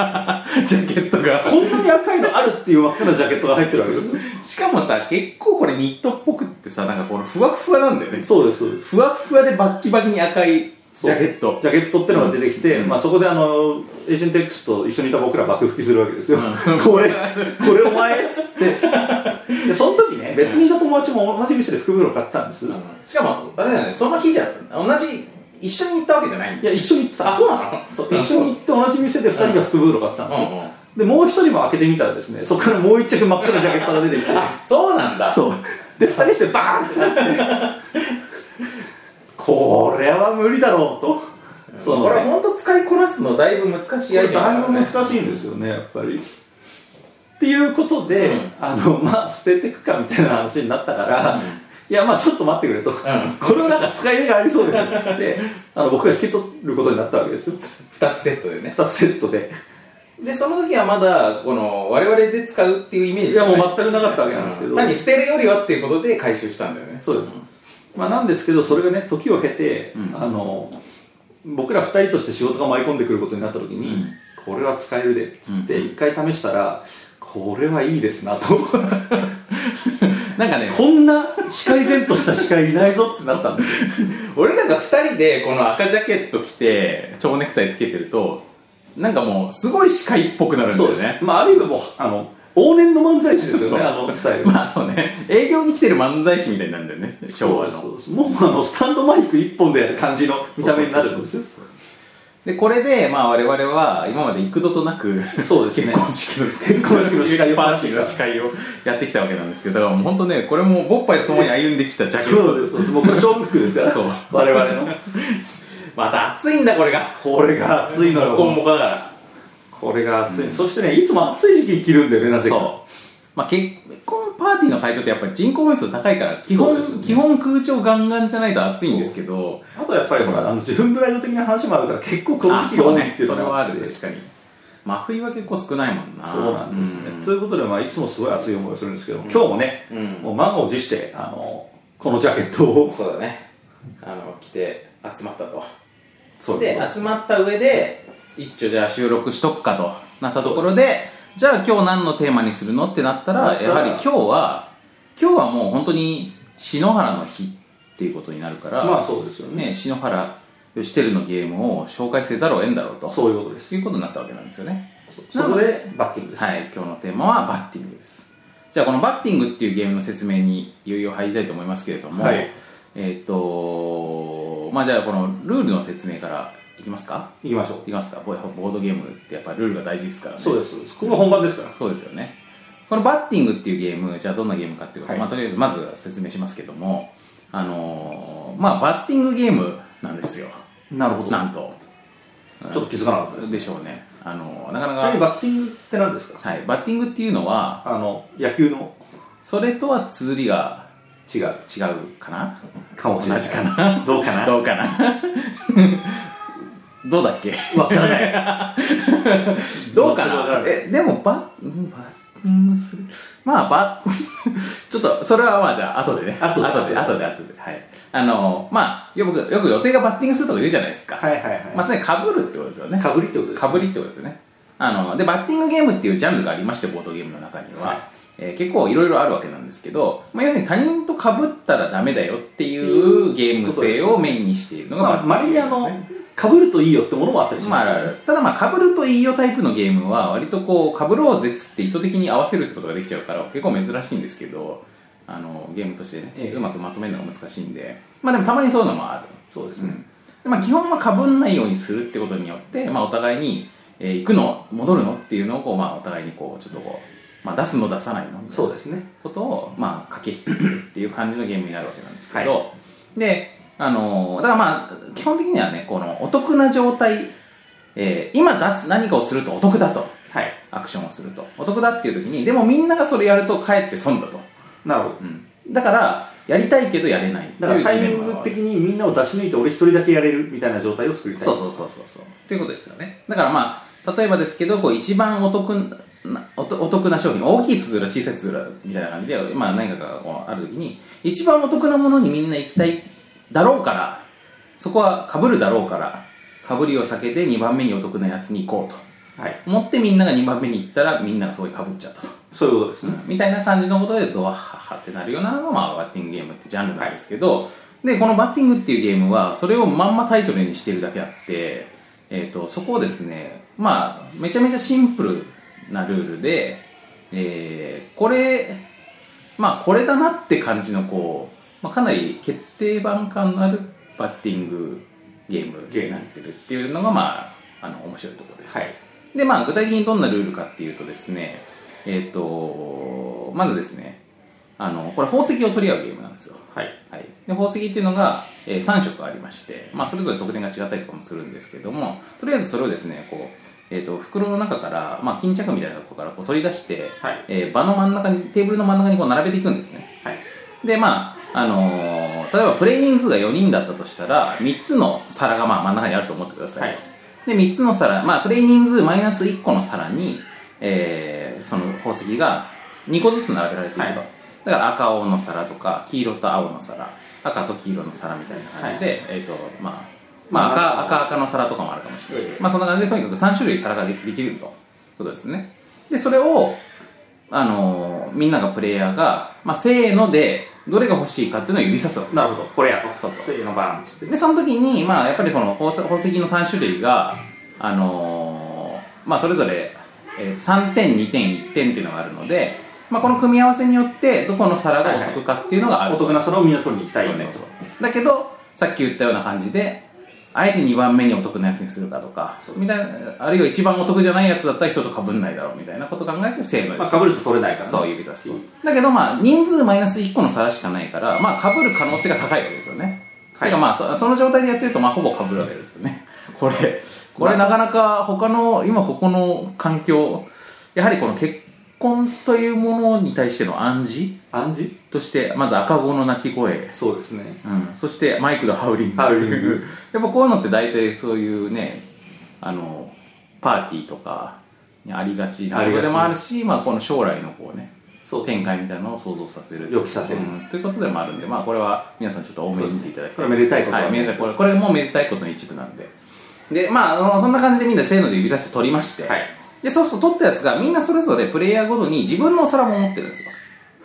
B: ジャケットが
C: こんなに赤いのあるっていう真っ赤なジャケットが入ってるわけですよ
B: しかもさ結構これニットっぽくってさなんかこのふわふわなんだよね
C: そうですそうです
B: ふわふわでバッキバキに赤いジ
C: そう
B: ャケット
C: ジャケットってのが出てきて、
B: うん
C: まあ、そこであのエージェント X と一緒にいた僕ら爆吹きするわけですよ、これこれお前っつってでその時ね別にいた友達も同じ店で福袋買ったんです、い
B: しかもあれだよねその日じゃ同じ一緒に行ったわけじゃないんだよ
C: や一緒に行ってた
B: あそうなの
C: そう一緒に行って同じ店で2人が福袋買ってたんですよ、でもう一人も開けてみたらですねそこからもう一着真っ赤なジャケットが出てきて
B: そうなんだ
C: そうで2人してバーンってなってこれは無理だろうとそ
B: これ
C: ね
B: 本当使いこなすのだいぶ難しいアイテム
C: だいぶ難
B: い
C: しいんですよねやっぱりっていうこと
B: う
C: で、
B: ん
C: あのまあ捨ててくかみたいな話になったから、いやまあちょっと待ってくれと、これはなんか使い手がありそうですよっつってあの僕が引き取ることになったわけですよ
B: 2つセットでね
C: 2つセットで
B: でその時はまだこの我々で使うっていうイメージ
C: いやもう
B: な
C: 全くなかったわけなんですけど、
B: うん何捨てるよりはっていうことで回収したんだよね
C: そうです、まあ、なんですけどそれがね時を経て、
B: ん
C: あの僕ら2人として仕事が舞い込んでくることになった時に、これは使えるでっつって一回試したら、これはいいですなと
B: なんかね、
C: こんな視界然とした視界いないぞってなったんですよ
B: 俺らが2人でこの赤ジャケット着て蝶ネクタイつけてるとなんかもうすごい司会っぽくなるんだ
C: そう
B: よ
C: ですね
B: ね、
C: まあ、ある意味もうあの往年の漫才師ですよね
B: そう
C: あのスタイル
B: まあそうね営業に来てる漫才師みたいになるんだよね昭和
C: そう
B: の
C: ですもうあのスタンドマイク一本でやる感じの見た目になるんですよ
B: でこれでまあ我々は今まで幾度となく
C: そうですね
B: 結婚式の
C: 結婚式の司会を
B: パーティーの司会をやってきたわけなんですけどもう本当ねこれもボッパイと共に歩んできたジャケット
C: そうですそうですもうこれ勝負服ですから
B: そう
C: 我々の
B: また暑いんだこれが
C: これが暑いの
B: モコモ
C: よ
B: コだから
C: これが暑い、そしてねいつも暑い時期に着るんだよねなぜか
B: そうまあ、結婚パーティーの会場ってやっぱり人口密度高いから基本、
C: そうですよね
B: 基本空調ガンガンじゃないと暑いんですけど
C: あとやっぱりほらあの自分プライド的な話もあるから結構この
B: あ
C: 時期が
B: そう
C: 多い
B: ね
C: っていう
B: そ
C: の
B: れは
C: が
B: あ
C: って
B: る確かに真冬は結構少ないもんな
C: そうなんですね、
B: うん
C: ということで、まあ、いつもすごい熱い思いをするんですけど、今日もね、
D: うん
C: もう満を持してあのこのジャケットを
D: そうだねあの来て集まったと
C: そう
D: で集まった上で
B: 一丁じゃあ収録しとくかとなったところでじゃあ今日何のテーマにするのってなった
C: なっ
B: ら
C: たら
B: やはり今日は今日はもう本当に篠原の日っていうことになるから、
C: まあそうですよね
B: ね、篠原義輝のゲームを紹介せざるを得んだろうと
C: そういうことです
B: いうことになったわけなんですよね
C: そこでバッティングです、
B: はい、今日のテーマはバッティングです。じゃあこのバッティングっていうゲームの説明にいよいよ入りたいと思いますけれども、
C: はい
B: えっ、とまあじゃあこのルールの説明からいきますか
C: いきましょう
B: いきますかボボードゲームってやっぱルールが大事ですからね。
C: そうですそうですここが本番ですから
B: そうですよね。このバッティングっていうゲーム、じゃあどんなゲームかっていうこと、
C: はい
B: まあとりあえずまず説明しますけども、あのーまあバッティングゲームなんですよ。
C: なるほちょ
B: なんと。
C: っと気づかなかったですち
B: でしょうね。あのーなかなか。
C: なみにバッティングって何ですか
B: はい、バッティングっていうのは、
C: あの野球の
B: それとは釣りが
C: 違う
B: 違うかな
C: かもし
B: 同
C: れ ない
B: じかな
C: どうかな
B: どうかな どうだっけ
C: わからない
B: どうか
C: わから
B: な
C: ない
B: えでもバッうんバッティングするまあバ ッちょっとそれはまあじゃあ後でね
C: 後で
B: 後で後で後ではいあのまあよくよく予定がバッティングするとか言うじゃないですか、
C: はいはいはい、
B: まあ、つまりかぶるってことですよね
C: かぶりってことです
B: かぶりってことですよねあのでバッティングゲームっていうジャンルがありましてボードゲームの中には、
C: はい
B: えー結構いろいろあるわけなんですけど、まあ、要するに他人とかぶったらダメだよっていうゲーム性をメインにしているのが
C: まあ、ま
B: バッテ
C: れ
B: ィングゲ
C: にあ
B: ームですね
C: のかぶるといいよってものもあったりし
B: ま
C: ま
B: あ
C: す
B: あるあるただまあ、被るといいよタイプのゲームは、割とこう、被ろうぜっつって意図的に合わせるってことができちゃうから、結構珍しいんですけど、あの、ゲームとしてね、
C: ええ
B: うまくまとめるのが難しいんで、まあでもたまにそういうのもある。
C: そうです
B: う
C: ね、
B: んでまあ、基本は被んないようにするってことによって、まあお互いに、えー行くの、戻るのっていうのをこう、まあお互いにこう、ちょっとこう、まあ出すの出さないのみたいな
C: そうですね
B: ことを、まあ、駆け引きするっていう感じのゲームになるわけなんですけど、で、あのーだからまあ、基本的にはね、このお得な状態、えー今出す何かをするとお得だと、
C: はい
B: アクションをすると、お得だっていう時に、でもみんながそれやるとかえって損だと。
C: なるほど
B: うんだから、やりたいけどやれないって
C: だか
B: い
C: ら
B: う
C: タ
B: ジレ
C: イミ
B: ンマ
C: ン
B: がある
C: グ的にみんなを出し抜いて俺一人だけやれるみたいな状態を作りたい
B: そうそうそうそうそうということですよねだからまあ例えばですけどこう一番お得なおとお得な商品大きいつづら小さいつづらみたいな感じで、まあ、何かがこうある時に一番お得なものにみんな行きたいだろうからそこは被るだろうから被りを避けて2番目にお得なやつに行こうと
C: はい
B: 思ってみんなが2番目に行ったらみんながそこに被っちゃったと
C: そういうことですね、
B: みたいな感じのことでドワッハッハってなるようなのが、まあ、バッティングゲームってジャンルなんですけど、でこのバッティングっていうゲームはそれをまんまタイトルにしてるだけあって、えー、とそこをですねまあめちゃめちゃシンプルなルールで、えーこれまあこれだなって感じのこう、まあ、かなり決定版感のあるバッティングゲームになってるっていうのがまああの面白いところです、
C: はい
B: で、まあ、具体的にどんなルールかっていうとですね、えっ、と、まずですね、あの、これ宝石を取り合うゲームなんですよ。
C: はい
B: はい。で、宝石っていうのが、え3色ありまして、まあ、それぞれ得点が違ったりとかもするんですけども、とりあえずそれをですね、こう、えっ、と、袋の中から、まあ、巾着みたいなところからこう取り出して、
C: はい
B: えー場の真ん中に、テーブルの真ん中にこう並べていくんですね。
C: はい
B: でまああのー例えばプレイ人数が4人だったとしたら3つの皿がまあ真ん中にあると思ってください、
C: はい
B: で3つの皿まあプレイ人数マイナス1個の皿に、えーその宝石が2個ずつ並べられていると、
C: はい
B: だから赤青の皿とか黄色と青の皿赤と黄色の皿みたいな感じで、えっ、とまあまあ、赤赤赤の皿とかもあるかもしれない、
D: うん
B: まあ、そんな感じでとにかく3種類皿がでできるということですねでそれを、あのーみんながプレイヤーが、まあ、せーのでどれが欲しいかっていうのを指さすわけです
C: なるほどこれやと
B: そうそう
C: そういうのバーンっつって
B: でその時に、まあ、やっぱりこの宝石宝石の3種類が、あのーまあ、それぞれ、えー3点2点1点っていうのがあるので、まあ、この組み合わせによってどこの皿がお得かっていうのがある
C: お得な皿をみんな取りに行きたいよね
B: そうそうそうだけどさっき言ったような感じであえて2番目にお得なやつにするかとかみたいなあるいは一番お得じゃないやつだったら人とかぶんないだろうみたいなこと考えてせーので
C: まあ、かぶると取れないからね、
B: そう指差しだけどまあ人数マイナス1個の皿しかないからまあかぶる可能性が高いわけですよね
C: はい
B: てかまあそその状態でやってるとまあほぼかぶるわけですよね これこれなかなか他の今ここの環境やはりこの結婚というものに対しての暗示
C: 暗示
B: としてまず赤子の鳴き声
C: そうですね
B: うん、そしてマイクのハウリング
C: ハウリ ング
B: やっぱこういうのって大体そういうねあのパーティーとかにありがちな
C: あ
B: こ
C: りが
B: と
C: ち
B: でもあるし、まあ、この将来のこうね
C: そう
B: 展開みたいなのを想像させる
C: 予期させる
B: うんということでもあるんで、まあ、これは皆さんちょっと多めに見ていただきたい
C: そうですねこれはめでたいこと
B: はい、めでたいこれこれもめでたいことの一部なんででまああのそんな感じでみんなせーので指さして取りまして、
C: はい
B: でそうすると取ったやつがみんなそれぞれプレイヤーごとに自分のお皿も持ってるんですよ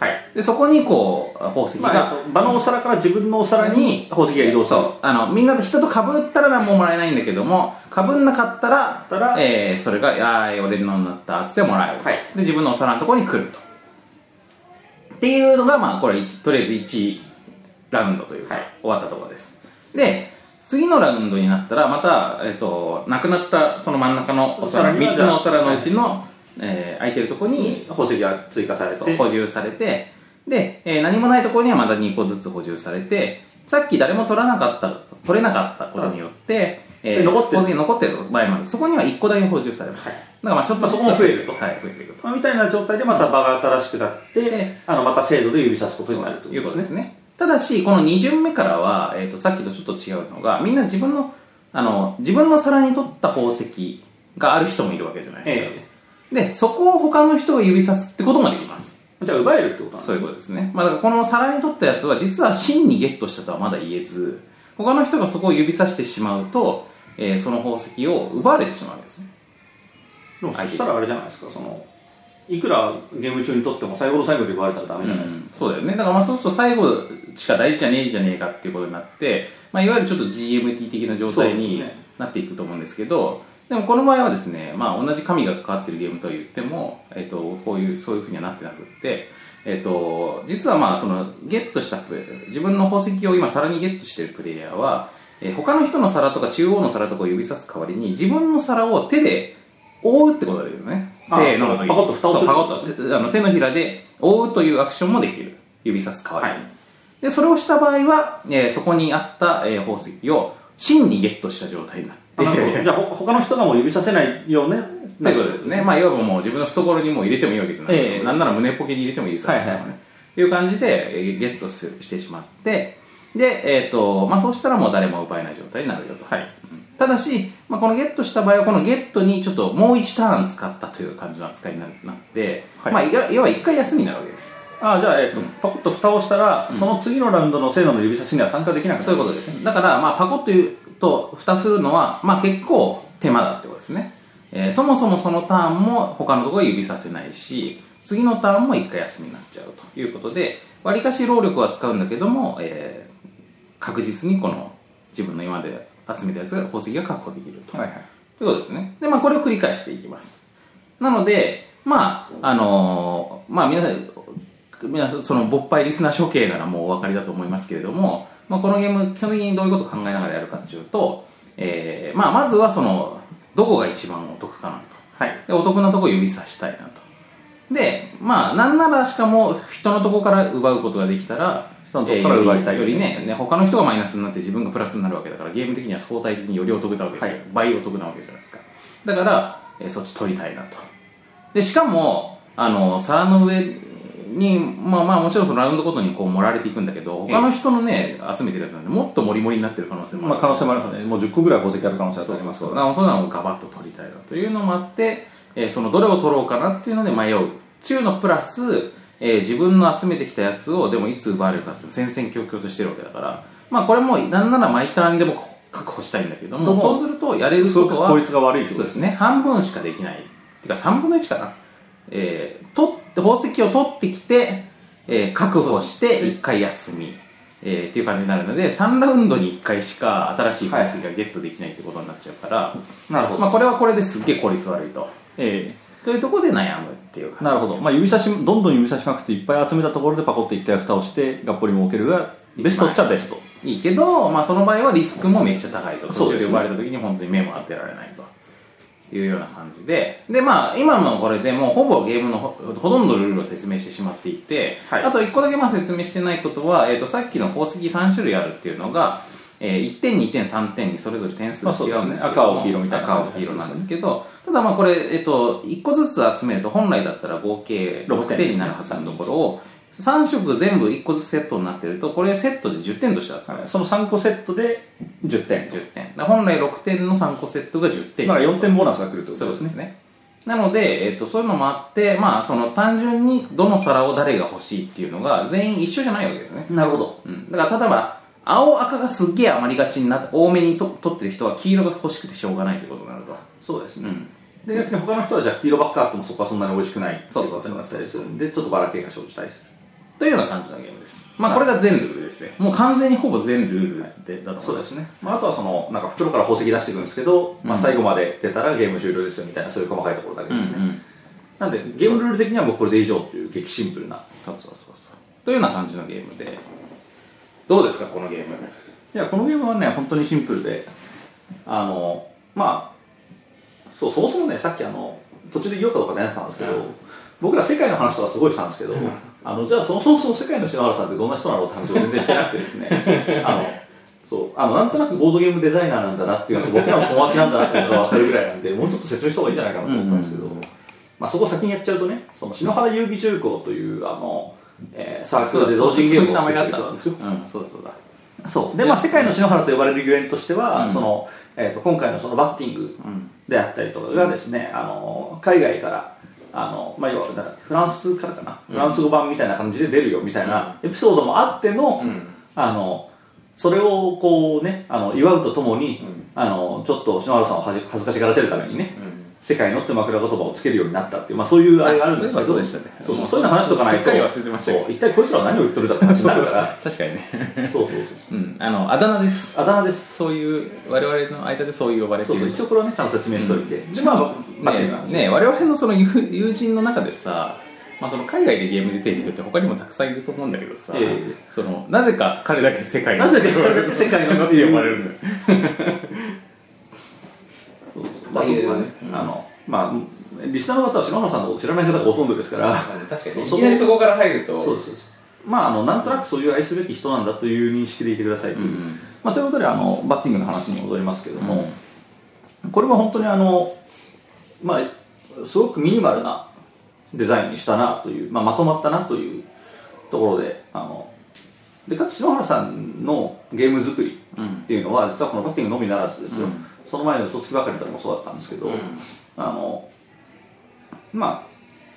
C: はい、
B: でそこにこう宝石が、
C: まあ、場のお皿から自分のお皿に宝石が移動した
B: あのみんなと人と被ったら何ももらえないんだけども被んなかったら
C: たら
B: えーそれが「あー俺のになった」っつってもらえる、
C: はい
B: で自分のお皿のところに来るとっていうのがまあこれ一とりあえず1ラウンドというか、
C: はい
B: 終わったところですで次のラウンドになったらまた、えっとなくなったその真ん中のお皿
C: お皿には
B: 3つのお皿のうちの、えー空いてるところに
C: 宝石が追加されて
B: そう補充されてで、えー何もないところにはまた2個ずつ補充されてさっき誰も取らなかった取れなかったことによって、え
C: で残ってる
B: る残ってる場合もあるそこには1個だけ補充されます、だからまあちょっと
C: まあそこも増えると
B: はい増えていくと
C: まあみたいな状態でまた場が新しくなって、
B: ね
C: あのまた精度で指さすことになると
B: いうことです
C: ね。
B: ねただしこの2巡目からは、えー、とさっきとちょっと違うのがみんな自分のあの自分の皿に取った宝石がある人もいるわけじゃないですか、
C: え
B: でそこを他の人が指さすってこともできます
C: じゃあ奪えるってことなんです
B: そういうことですね。まあ、だからこの皿に取ったやつは、実は真にゲットしたとはまだ言えず、他の人がそこを指さしてしまうと、えーその宝石を奪われてしまうんですね。
C: でもそしたらあれじゃないですか、その、いくらゲーム中にとっても最後の最後で奪われたらダメじゃないですか。
B: そうだよね。だからまあそうすると最後しか大事じゃねえじゃねえかっていうことになって、まあ、いわゆるちょっと GMT 的な状態
C: そう
B: に
C: ですね
B: なっていくと思うんですけど、でもこの場合はですね、まあ同じ神が関わってるゲームとは言っても、えっ、と、こういう、そういうふうにはなってなくって、えっ、と、実はまあそのゲットしたプレイ自分の宝石を今皿にゲットしてるプレイヤーは、えー他の人の皿とか中央の皿とかを指さす代わりに自分の皿を手で覆うってことができるんですね。
C: あ
B: せーのの時に
C: パコッと蓋をする
B: そうパコッと手あの手のひらで覆うというアクションもできる指さす代わりに、
C: はい
B: でそれをした場合は、えーそこにあった、えー宝石を真にゲットした状態になって
C: あな るほどじゃあ、ほ他の人がもう指させないようね。
B: ということですね、まあ、いわばもう自分の懐にもう入れてもいいわけじゃない、
C: ええ
B: なんなら胸ポケに入れてもいいですから
C: はいはい
B: ねっていう感じでえーゲットすしてしまってで、えーとまあ、そうしたらもう誰も奪えない状態になるよと、うんただし、まあ、このゲットした場合はこのゲットにちょっともう1ターン使ったという感じの扱いにななって、
C: はい
B: まあ、いわ要は1回休みになるわけです
C: あじゃあ、えっと、パコッと蓋をしたら、その次のラウンドの精度の指さしには参加できなくな
B: そういうことです。だから、まあ、パコッというと、蓋するのは、まあ、結構手間だってことですね。えーそもそもそのターンも他のところ指させないし、次のターンも一回休みになっちゃうということで、わりかし労力は使うんだけども、えー確実にこの自分の今まで集めたやつが宝石が確保できると。
C: はいはい。
B: ということですね。で、まあ、これを繰り返していきます。なので、まあ、あのーまあ、皆さん、皆さん、その、勃発リスナー処刑ならもうお分かりだと思いますけれども、まあ、このゲーム、基本的にどういうことを考えながらやるかっていうと、えーまあ、まずはその、どこが一番お得かなと。
C: はい。
B: でお得なとこ指さしたいなとでまあなんならしかも人のとこから奪うことができたら
C: 人のとこから奪いたい
B: えーよりよりねね他の人がマイナスになって自分がプラスになるわけだからゲーム的には相対的によりお得なわけじゃ、
C: はい
B: 倍お得なわけじゃないですかだから、えーそっち取りたいなとでしかもあの皿の上にまあまあもちろんそのラウンドごとにこう盛られていくんだけど他の人のね集めてるやつなんでもっとモリモリになってる可能性もある
C: まあ、可能性もありますね。もう10個ぐらい宝石ある可能性
B: そ
C: あ
B: う
C: り
B: そう
C: ます
B: そ
C: か
B: う
C: ら。
B: なそういうのをガバッと取りたいなというのもあって、えーそのどれを取ろうかなっていうので迷う中のプラス、えー自分の集めてきたやつをでもいつ奪われるかっていうのを戦々恐々としてるわけだからまあこれもなんなら毎ターンでも確保したいんだけど
C: ど
B: も
C: うも
B: そうするとやれる
C: す
B: こ
C: ごく
B: とは
C: 効率が悪いってこ
B: そ
C: と
B: うですね半分しかできないてか3分の1かな、えー取って宝石を取ってきて、えー確保して1回休み、えーっていう感じになるので3ラウンドに1回しか新しい宝石がゲットできないってことになっちゃうから、
C: なるほど、
B: まあ、これはこれですっげえ効率悪いと
C: え
B: というところで悩むっていう
C: え
B: 感じ
C: なるほど、まあ、指差しどんどん指差しまくっていっぱい集めたところでパコって一回蓋をしてがっぽり儲けるがベストっちゃベスト
B: いいけど、まあ、その場合はリスクもめっちゃ高いと
C: そ
B: 途
C: うで
B: 中で
C: すね
B: 奪われた時に本当に目も当てられないというような感じででまあ今のこれでもうほぼゲームのほほとんどルールを説明してしまっていて、
C: はい
B: あと1個だけまあ説明してないことは、えー、とさっきの宝石3種類あるっていうのが、えー1点2点3点にそれぞれ点数が違うんですけども、
C: まあそうですね赤青黄色みたいな
B: 赤青黄色なんですけどただまあこれ、えっと、1個ずつ集めると本来だったら合計6点になるはずのところを3色全部1個ずつセットになってるとこれセットで10点として扱う
C: その3個セットで10点
B: 10点だから本来6点の3個セットが10点
C: だから4点ボーナスが来るってこ
B: そ
C: と
B: う
C: で
B: ですす
C: ね
B: ねなので、えっと、そういうのもあって、まあ、その単純にどの皿を誰が欲しいっていうのが全員一緒じゃないわけですね、
C: なるほど
B: うん、だから例えば青赤がすっげえ余りがちになって多めにと取ってる人は黄色が欲しくてしょうがないということになると
C: そうですね、
B: うん
C: で逆に他の人はじゃあ黄色ばっかあってもそこはそんなに美味しくない
B: そうそう
C: ってことになったりするんでちょっとばらけが生じたりする
B: というような感じのゲームですまあこれが全ルールですねもう完全にほぼ全ルールでだと思います、
C: ね、まあ、あとはそのなんか袋から宝石出していくんですけど、まあ、
B: うん
C: 最後まで出たらゲーム終了ですよみたいなそういう細かいところだけですね、
B: うんうん
C: なんでゲームルール的にはもうこれで以上という激シンプルな
B: そうそうそうそうというような感じのゲームでどうですかこのゲーム
C: いやこのゲームはね本当にシンプルであのまあそうそもそもねさっきあの途中で言おうかどうか悩んでたんですけど、僕ら世界の話とかすごいしたんですけど、あのじゃあそもそもそも世界の篠原さんってどんな人なのって話を全然してなくてですね あのそうあのなんとなくボードゲームデザイナーなんだなっていうのと僕らの友達なんだなってことが分かるぐらいなんでもうちょっと説明した方がいいんじゃないかなと思ったんですけど、まあ、そこ先にやっちゃうとねその篠原遊戯重工というあの、えーサークルで同人ゲームを作ってる人なんですよ。
B: うんそうだそうだ
C: そうでまあ、世界の篠原と呼ばれるゆえんとしては、そのえー、と今回のそのバッティングであったりとかがですね、あの海外からあの、まあ、要はなんだフランスからかな、フランス語版みたいな感じで出るよみたいなエピソードもあっての,、あのそれをこう、ね、あの祝うとともに、あのちょっと篠原さんを恥ず恥ずかしがらせるためにね、世界のって枕言葉をつけるようになったっていう、まあ、そういうあれがあるんですけど
B: あそういえばそうでしたね
C: そうそうそういうの話しとかないと
B: すっかり忘れてましたけど
C: そう一体こいつらは何を言っとるんだって話になるから
B: 確かにね
C: そうそうそうそう
B: うんあのあだ名です
C: あだ名です
B: そういう我々の間でそういう呼ばれて
C: そ
B: いうる
C: そう一応これはねちゃんと説明しておいて、でまあバッテリーさん
B: ねね我々のその友友人の中でさ、まあ、その海外でゲーム出てる人って他にもたくさんいると思うんだけどさ、
C: ええ
B: そのなぜか彼だけ世界の
C: なぜか彼だけ世界の
B: って呼ばれるんだよ
C: まあそ
D: そう
C: こはね、あのまあリスナーの方は篠原さんのこと知らない方がほとんどですから
D: 確か
C: そう
D: にい
C: そ
D: きなりそ
C: こ
D: こから入ると
C: そうですそうですまああのなんとなくそういう愛すべき人なんだという認識でいてくださいという、
B: ん
C: まあ、ということであのバッティングの話に戻りますけども、これは本当にあのまあすごくミニマルなデザインにしたなという、まあ、まとまったなというところであのでかつ篠原さんのゲーム作りっていうのは、実はこのバッティングのみならずですよ、その前の「嘘つきばかり」とかもそうだったんですけど、あのま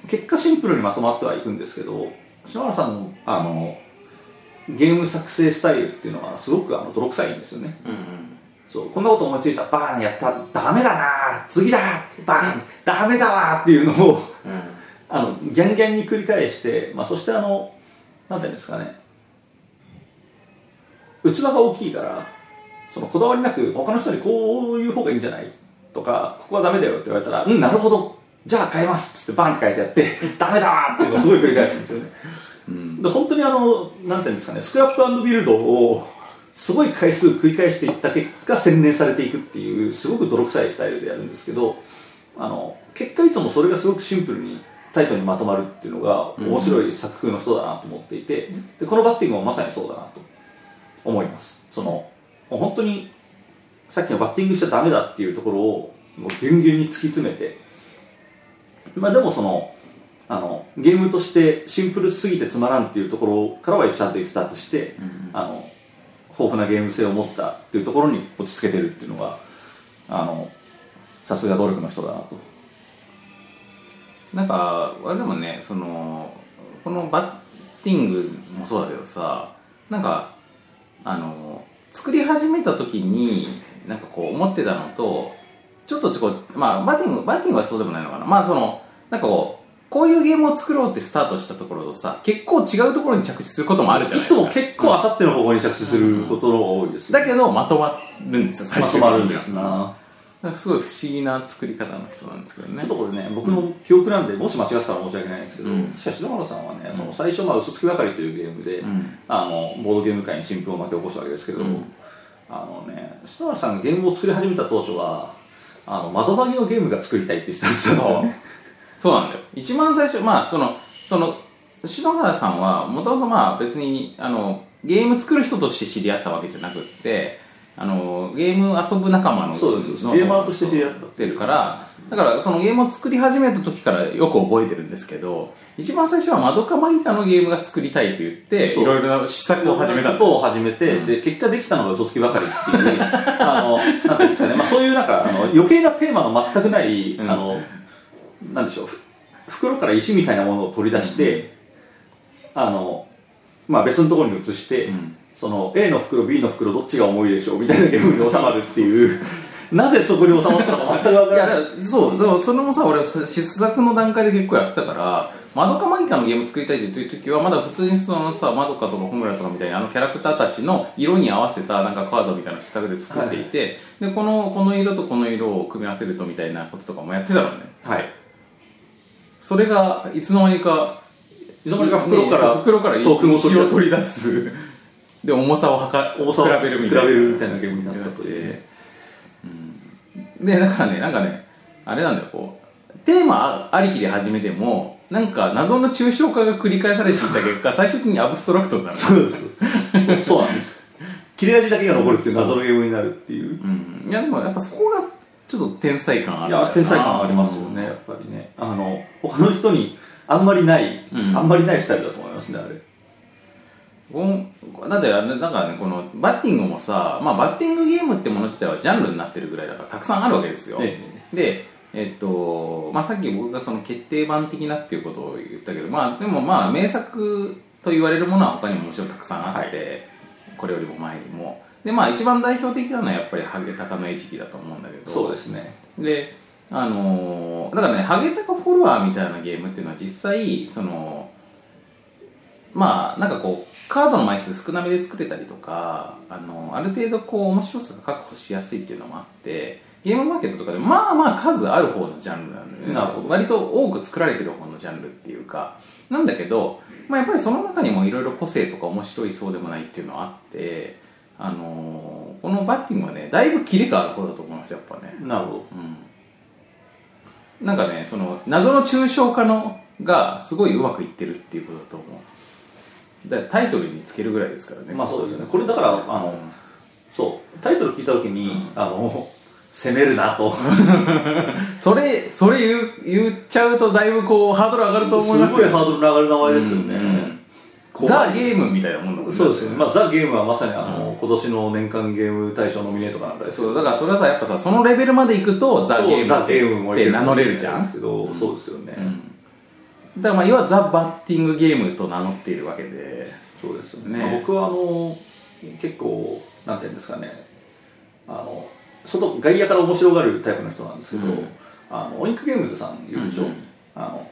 C: あ結果シンプルにまとまってはいくんですけど篠原さんのあのゲーム作成スタイルっていうのはすごくあの泥臭いんですよね、そうこんなこと思いついたバーンやったダメだな次だバーンダメだわっていうのを、あのギャンギャンに繰り返して、まあ、そしてあのなんていうんですかね器が大きいからそのこだわりなく他の人にこういう方がいいんじゃないとかここはダメだよって言われたらうんなるほどじゃあ変えますっつってバンって変えてやってダメだわっていうのをすごい繰り返すんですよね、で本当にあのなんていうんですかねスクラップビルドをすごい回数繰り返していった結果洗練されていくっていうすごく泥臭いスタイルでやるんですけどあの結果いつもそれがすごくシンプルにタイトにまとまるっていうのが面白い作風の人だなと思っていて、でこのバッティングもまさにそうだなと思いますそのもう本当にさっきのバッティングしちゃダメだっていうところをもうギュンギュンに突き詰めてまあでもそのあのゲームとしてシンプルすぎてつまらんっていうところからはちゃんと逸脱して、あの豊富なゲーム性を持ったっていうところに落ち着けてるっていうのがあのさすが努力の人だなと
B: なんかあれでもねそのこのバッティングもそうだけどさなんかあの作り始めた時になんかこう思ってたのとちょっとこう、まあ、バーティングバーティングはそうでもないのかなまあそのなんかこうこういうゲームを作ろうってスタートしたところとさ結構違うところに着地することもあるじゃない
C: い
B: です
C: つ
B: か
C: も結構あさっての方向に着地することの方が多いですよ
B: だけどまとまるんですよ最
C: ま
B: 終
C: と
B: 的に
C: ま
B: は
C: るんですな
B: なんかすごい不思議な作り方の人なんですけど
C: ち
B: ね
C: ょっとこれね、僕の記憶なんで、もし間違ってたら申し訳ないんですけど、
B: うん
C: しかし、野原さんはね、その最初、まあ嘘つきばかりというゲームで、
B: うん
C: あのボードゲーム界に新風を巻き起こすわけですけど、
B: うん
C: あのね、篠原さんがゲームを作り始めた当初は、あの窓紛のゲームが作りたいって言ってたんですよ、
B: そうなんだよ一番最初まあそのその篠原さんはもともとまあ別にあのゲーム作る人として知り合ったわけじゃなくってあのゲーム遊ぶ仲間の
C: そうです
B: の
C: ゲーマーとして知り合った
B: てるからだからそのゲームを作り始めた時からよく覚えてるんですけど一番最初はマドカマギカのゲームが作りたいと言って
C: そう
B: いろいろな試作を始めたん
C: ことを始めて、で結果できたのが嘘つきばかりって いう、あのなんていうんですかね、まあ、そういうなんかあの余計なテーマの全くない、あのなんでしょう、ふ袋から石みたいなものを取り出して、あのまあ、別のところに移して、
B: ん
C: その A の袋、B の袋、どっちが重いでしょうみたいなゲームに収まるっ ていう、なぜそこに収まったのか全く分か
B: いや
C: らない。
B: だからそうだからそれもさ俺さ試作の段階で結構やってたから「マドカマギカ」のゲーム作りたいって言ってる時はまだ普通にそのさマドカとかホムラとかみたいなあのキャラクターたちの色に合わせたなんかカードみたいな試作で作っていて、でこのこの色とこの色を組み合わせるとみたいなこととかもやってたからね
C: はい
B: それがいつの間にか
C: いつの間にか袋から、
B: ね袋から
C: トークンを取
B: 石
C: り
B: を
C: 出す
B: 取り出すで重さをはか
C: 重さを
B: 比べるみたいな
C: 比べるみたいなゲームになったという
B: で、うん、でだからねなんかねあれなんだよこうテーマありきで始めてもなんか謎の抽象化が繰り返されていた結 果最終的にアブストラクトになる
C: そうです。そうなんです。切れ味だけが残るっていう謎のゲームになるっていう。
B: うん、いやでもやっぱそこがちょっと天才感あるん
C: い
B: だよ
C: や
B: な
C: 天才感ありますよねやっぱりねあの他の人にあんまりない、
B: うん
C: あんまりないスタイルだと思いますねあれ
B: ゴンだってあれなんかねこのバッティングもさ、まあ、バッティングゲームってもの自体はジャンルになってるぐらいだからたくさんあるわけですよ、
C: え
B: でえっとまあ、さっき僕がその決定版的なっていうことを言ったけど、まあ、でもまあ名作と言われるものは他にももちろんたくさんあって、これよりも前にもでまあ一番代表的なのはやっぱりハゲタカの餌食だと思うんだけど
C: そうですね
B: であのーだからねハゲタカフォロワーみたいなゲームっていうのは実際そのまあなんかこうカードの枚数少なめで作れたりとかあのある程度こう面白さが確保しやすいっていうのもあってゲームマーケットとかでまあまあ数ある方のジャンルなんだよね
C: なるほど
B: 割と多く作られてる方のジャンルっていうかなんだけど、まあ、やっぱりその中にもいろいろ個性とか面白いそうでもないっていうのはあってあのーこのバッティングはねだいぶキレがある方だと思いますやっぱね
C: なるほど
B: うん、なんかねその謎の抽象化のがすごいうまくいってるっていうことだと思うだからタイトルにつけるぐらいですからね
C: まあそうですよねこれだからあの
B: うん
C: そうタイトル聞いた時に、あの攻めるなと
B: それそれ言う言っちゃうとだいぶこうハードル上がると思いますす
C: ごいハードルの上がる名前ですよね、
B: うん
C: 怖い
B: ザ・ゲームみたいなもんだもん
C: そうですよね、まあ、ザ・ゲームはまさにあの、今年の年間ゲーム大賞ノミネートかなんかですけ
B: そ
C: ど
B: うだからそれはさやっぱさそのレベルまでいくとザ・ゲ
C: ザ・ゲー
B: ー
C: ム
B: ム
C: も
B: っ
C: いけ
B: て名乗れるじゃん
C: ですけど、そうですよね、
B: だからまあ要はザ・バッティングゲームと名乗っているわけで
C: そうですよ
B: ね
C: ね、まあ僕はあの結構なんていうんですかねあの外外野から面白がるタイプの人なんですけど、
B: うん
C: あのオインクゲームズさんいるでしょ、
B: うんうん
C: あの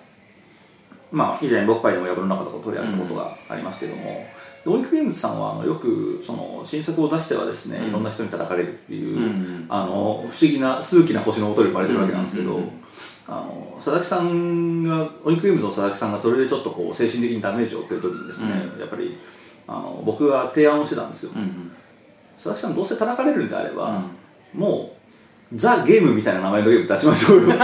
C: まあ以前6杯でも破の中とか取り上げたことがありますけども、でオインクゲームズさんはあのよくその新作を出してはですね、いろんな人に叩かれるっていう、
B: うんうん
C: あの不思議な数奇な星の音で生まれてるわけなんですけ
B: うん
C: ど、
B: うんうんうん
C: あの佐々木さんがオリンピックゲームズの佐々木さんがそれでちょっとこう精神的にダメージを負ってる時にですね、やっぱりあの僕が提案をしてたんですよ、
B: うん
C: 佐々木さんどうせ叩かれるんであれば、
B: うん
C: もうザ・ゲームみたいな名前のゲーム出しましょ うよ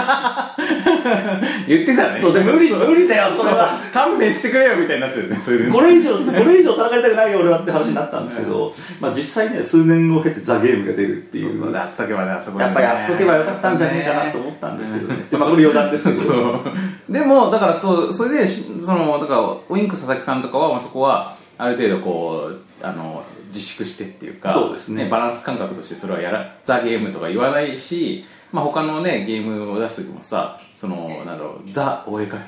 B: 言ってたね
C: そうで無理無理だよそれは
B: 勘弁してくれよみたいになってるねそれでね
C: これ以上これ以上叩かれたくないよ俺はって話になったんですけど、まあ、実際ね数年を経てザ・ゲームが出るっていう
B: そうだやっとけばねあそこにね
C: やっぱやっとけばよかったんじゃねえかなと思ったんですけどね、でまあこれ余談ですけど
B: そうでもだからそうそれでしそのだからウインク佐々木さんとかは、まあ、そこはある程度こうあの自粛してっていうか
C: そうですね
B: バランス感覚としてそれはやらザ・ゲームとか言わないし、まあ、他のねゲームを出す時もさそのなんだろうザ・お絵かき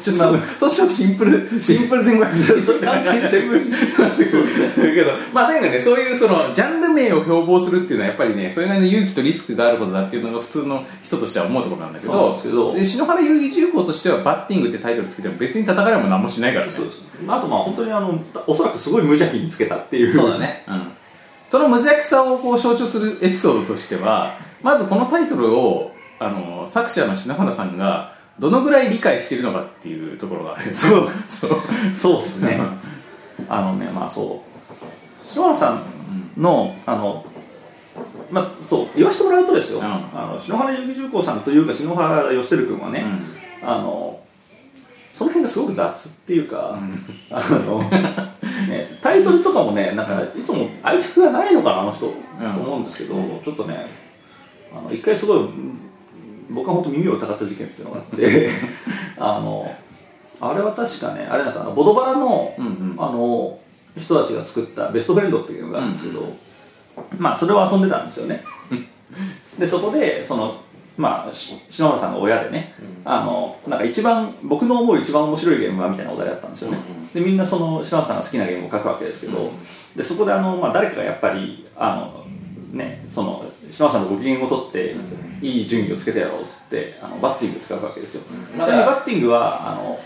C: ちょっと、 そうしようシンプル、シンプル前後やし、それ完全に全部、そうですね。
B: だけど、まあ、とにかくね、そういうそのジャンル名を標榜するっていうのは、やっぱりね、それなりの勇気とリスクがあることだっていうのが、普通の人としては思うところなんだけ
C: そうなん
B: ど、
C: ですけど
B: で篠原遊戯重工としては、バッティングってタイトルつけても、別に戦いも何もしないからね、
C: そうです。あと、まあ、本当に、あの、おそらくすごい無邪気につけたっていう。
B: そうだ。ね、うん、その無邪気さをこう象徴するエピソードとしてはまずこのタイトルをあの作者の篠原さんがどのぐらい理解しているのかっていうところがあるそうそう
C: そうですね。あのね、まあ、そう。篠原さんの、あの、まあ、そう、言わせてもらうとですよ。
B: うん
C: あの、篠原由紀重工さんというか、篠原義輝君はね、あのその辺がすごく雑っていうか、あのね、タイトルとかもねなんかいつも愛着がないのかなあの人、と思うんですけど、ちょっとねあの一回すごいうん僕が本当耳を疑った事件っていうのがあってあのあれは確かねあれなんですよあのボドバラの,、
B: うんうん
C: あの人たちが作った「ベストフレンド」っていうのがあるんですけど、まあそれを遊んでたんですよね。でそこでそのまあし篠原さんが親でね、あのなんか一番僕の思う一番面白いゲームはみたいなお題だったんですよね、でみんなその篠原さんが好きなゲームを書くわけですけど、でそこであの、まあ、誰かがやっぱりあのねその篠原さんのご機嫌を取って、いい順位をつけてやろうっつってあのバッティングって書くわけですよ、
B: ん
C: ちなみにバッティングはあの、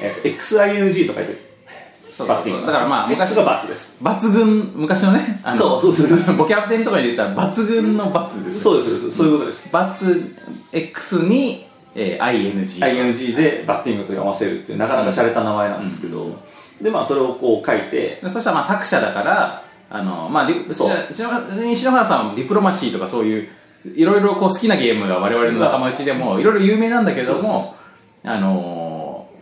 C: えっと XING と書いて
B: そう
C: バッティング
B: だからまあ
C: X がバツです
B: 抜群昔のねあの
C: そうそうそ う
B: ボキャプテンとかに出た抜群の×です
C: そうですそうですそういうことです
B: ×、X に、えー、ING
C: ING でバッティングと読ませるっていうなかなか洒落た名前なんですけど、でまあそれをこう書いて
B: でそしたらまあ作者だから、あのまあ、ディ
C: そう
B: うちの篠原さんはディプロマシーとかそういう、いろいろこう好きなゲームが我々の仲間内でも、いろいろ有名なんだけども、あのー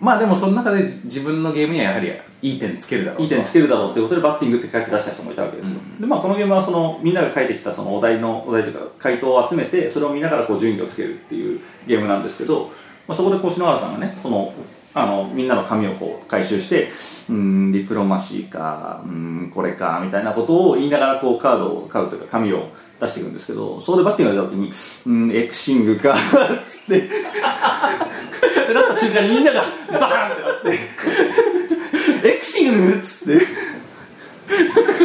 B: まあでもその中で自分のゲームにはやはりいい点つけるだろう
C: いい点つ
B: け
C: けるだろうってことでバッティングって書いて出した人もいたわけですよ、でまあこのゲームはそのみんなが書いてきたそのお題のお題というか回答を集めてそれを見ながらこう順位をつけるっていうゲームなんですけど、まあ、そこでこう篠原さんがねそのあのみんなの紙をこう回収してうーんディプロマシーかうーんこれかみたいなことを言いながらこうカードを買うというか紙を出していくんですけどそこでバッティングが出た時にうーんエクシングかっつって ってなった瞬間にみんながバーンってなって「エクシング!」っつって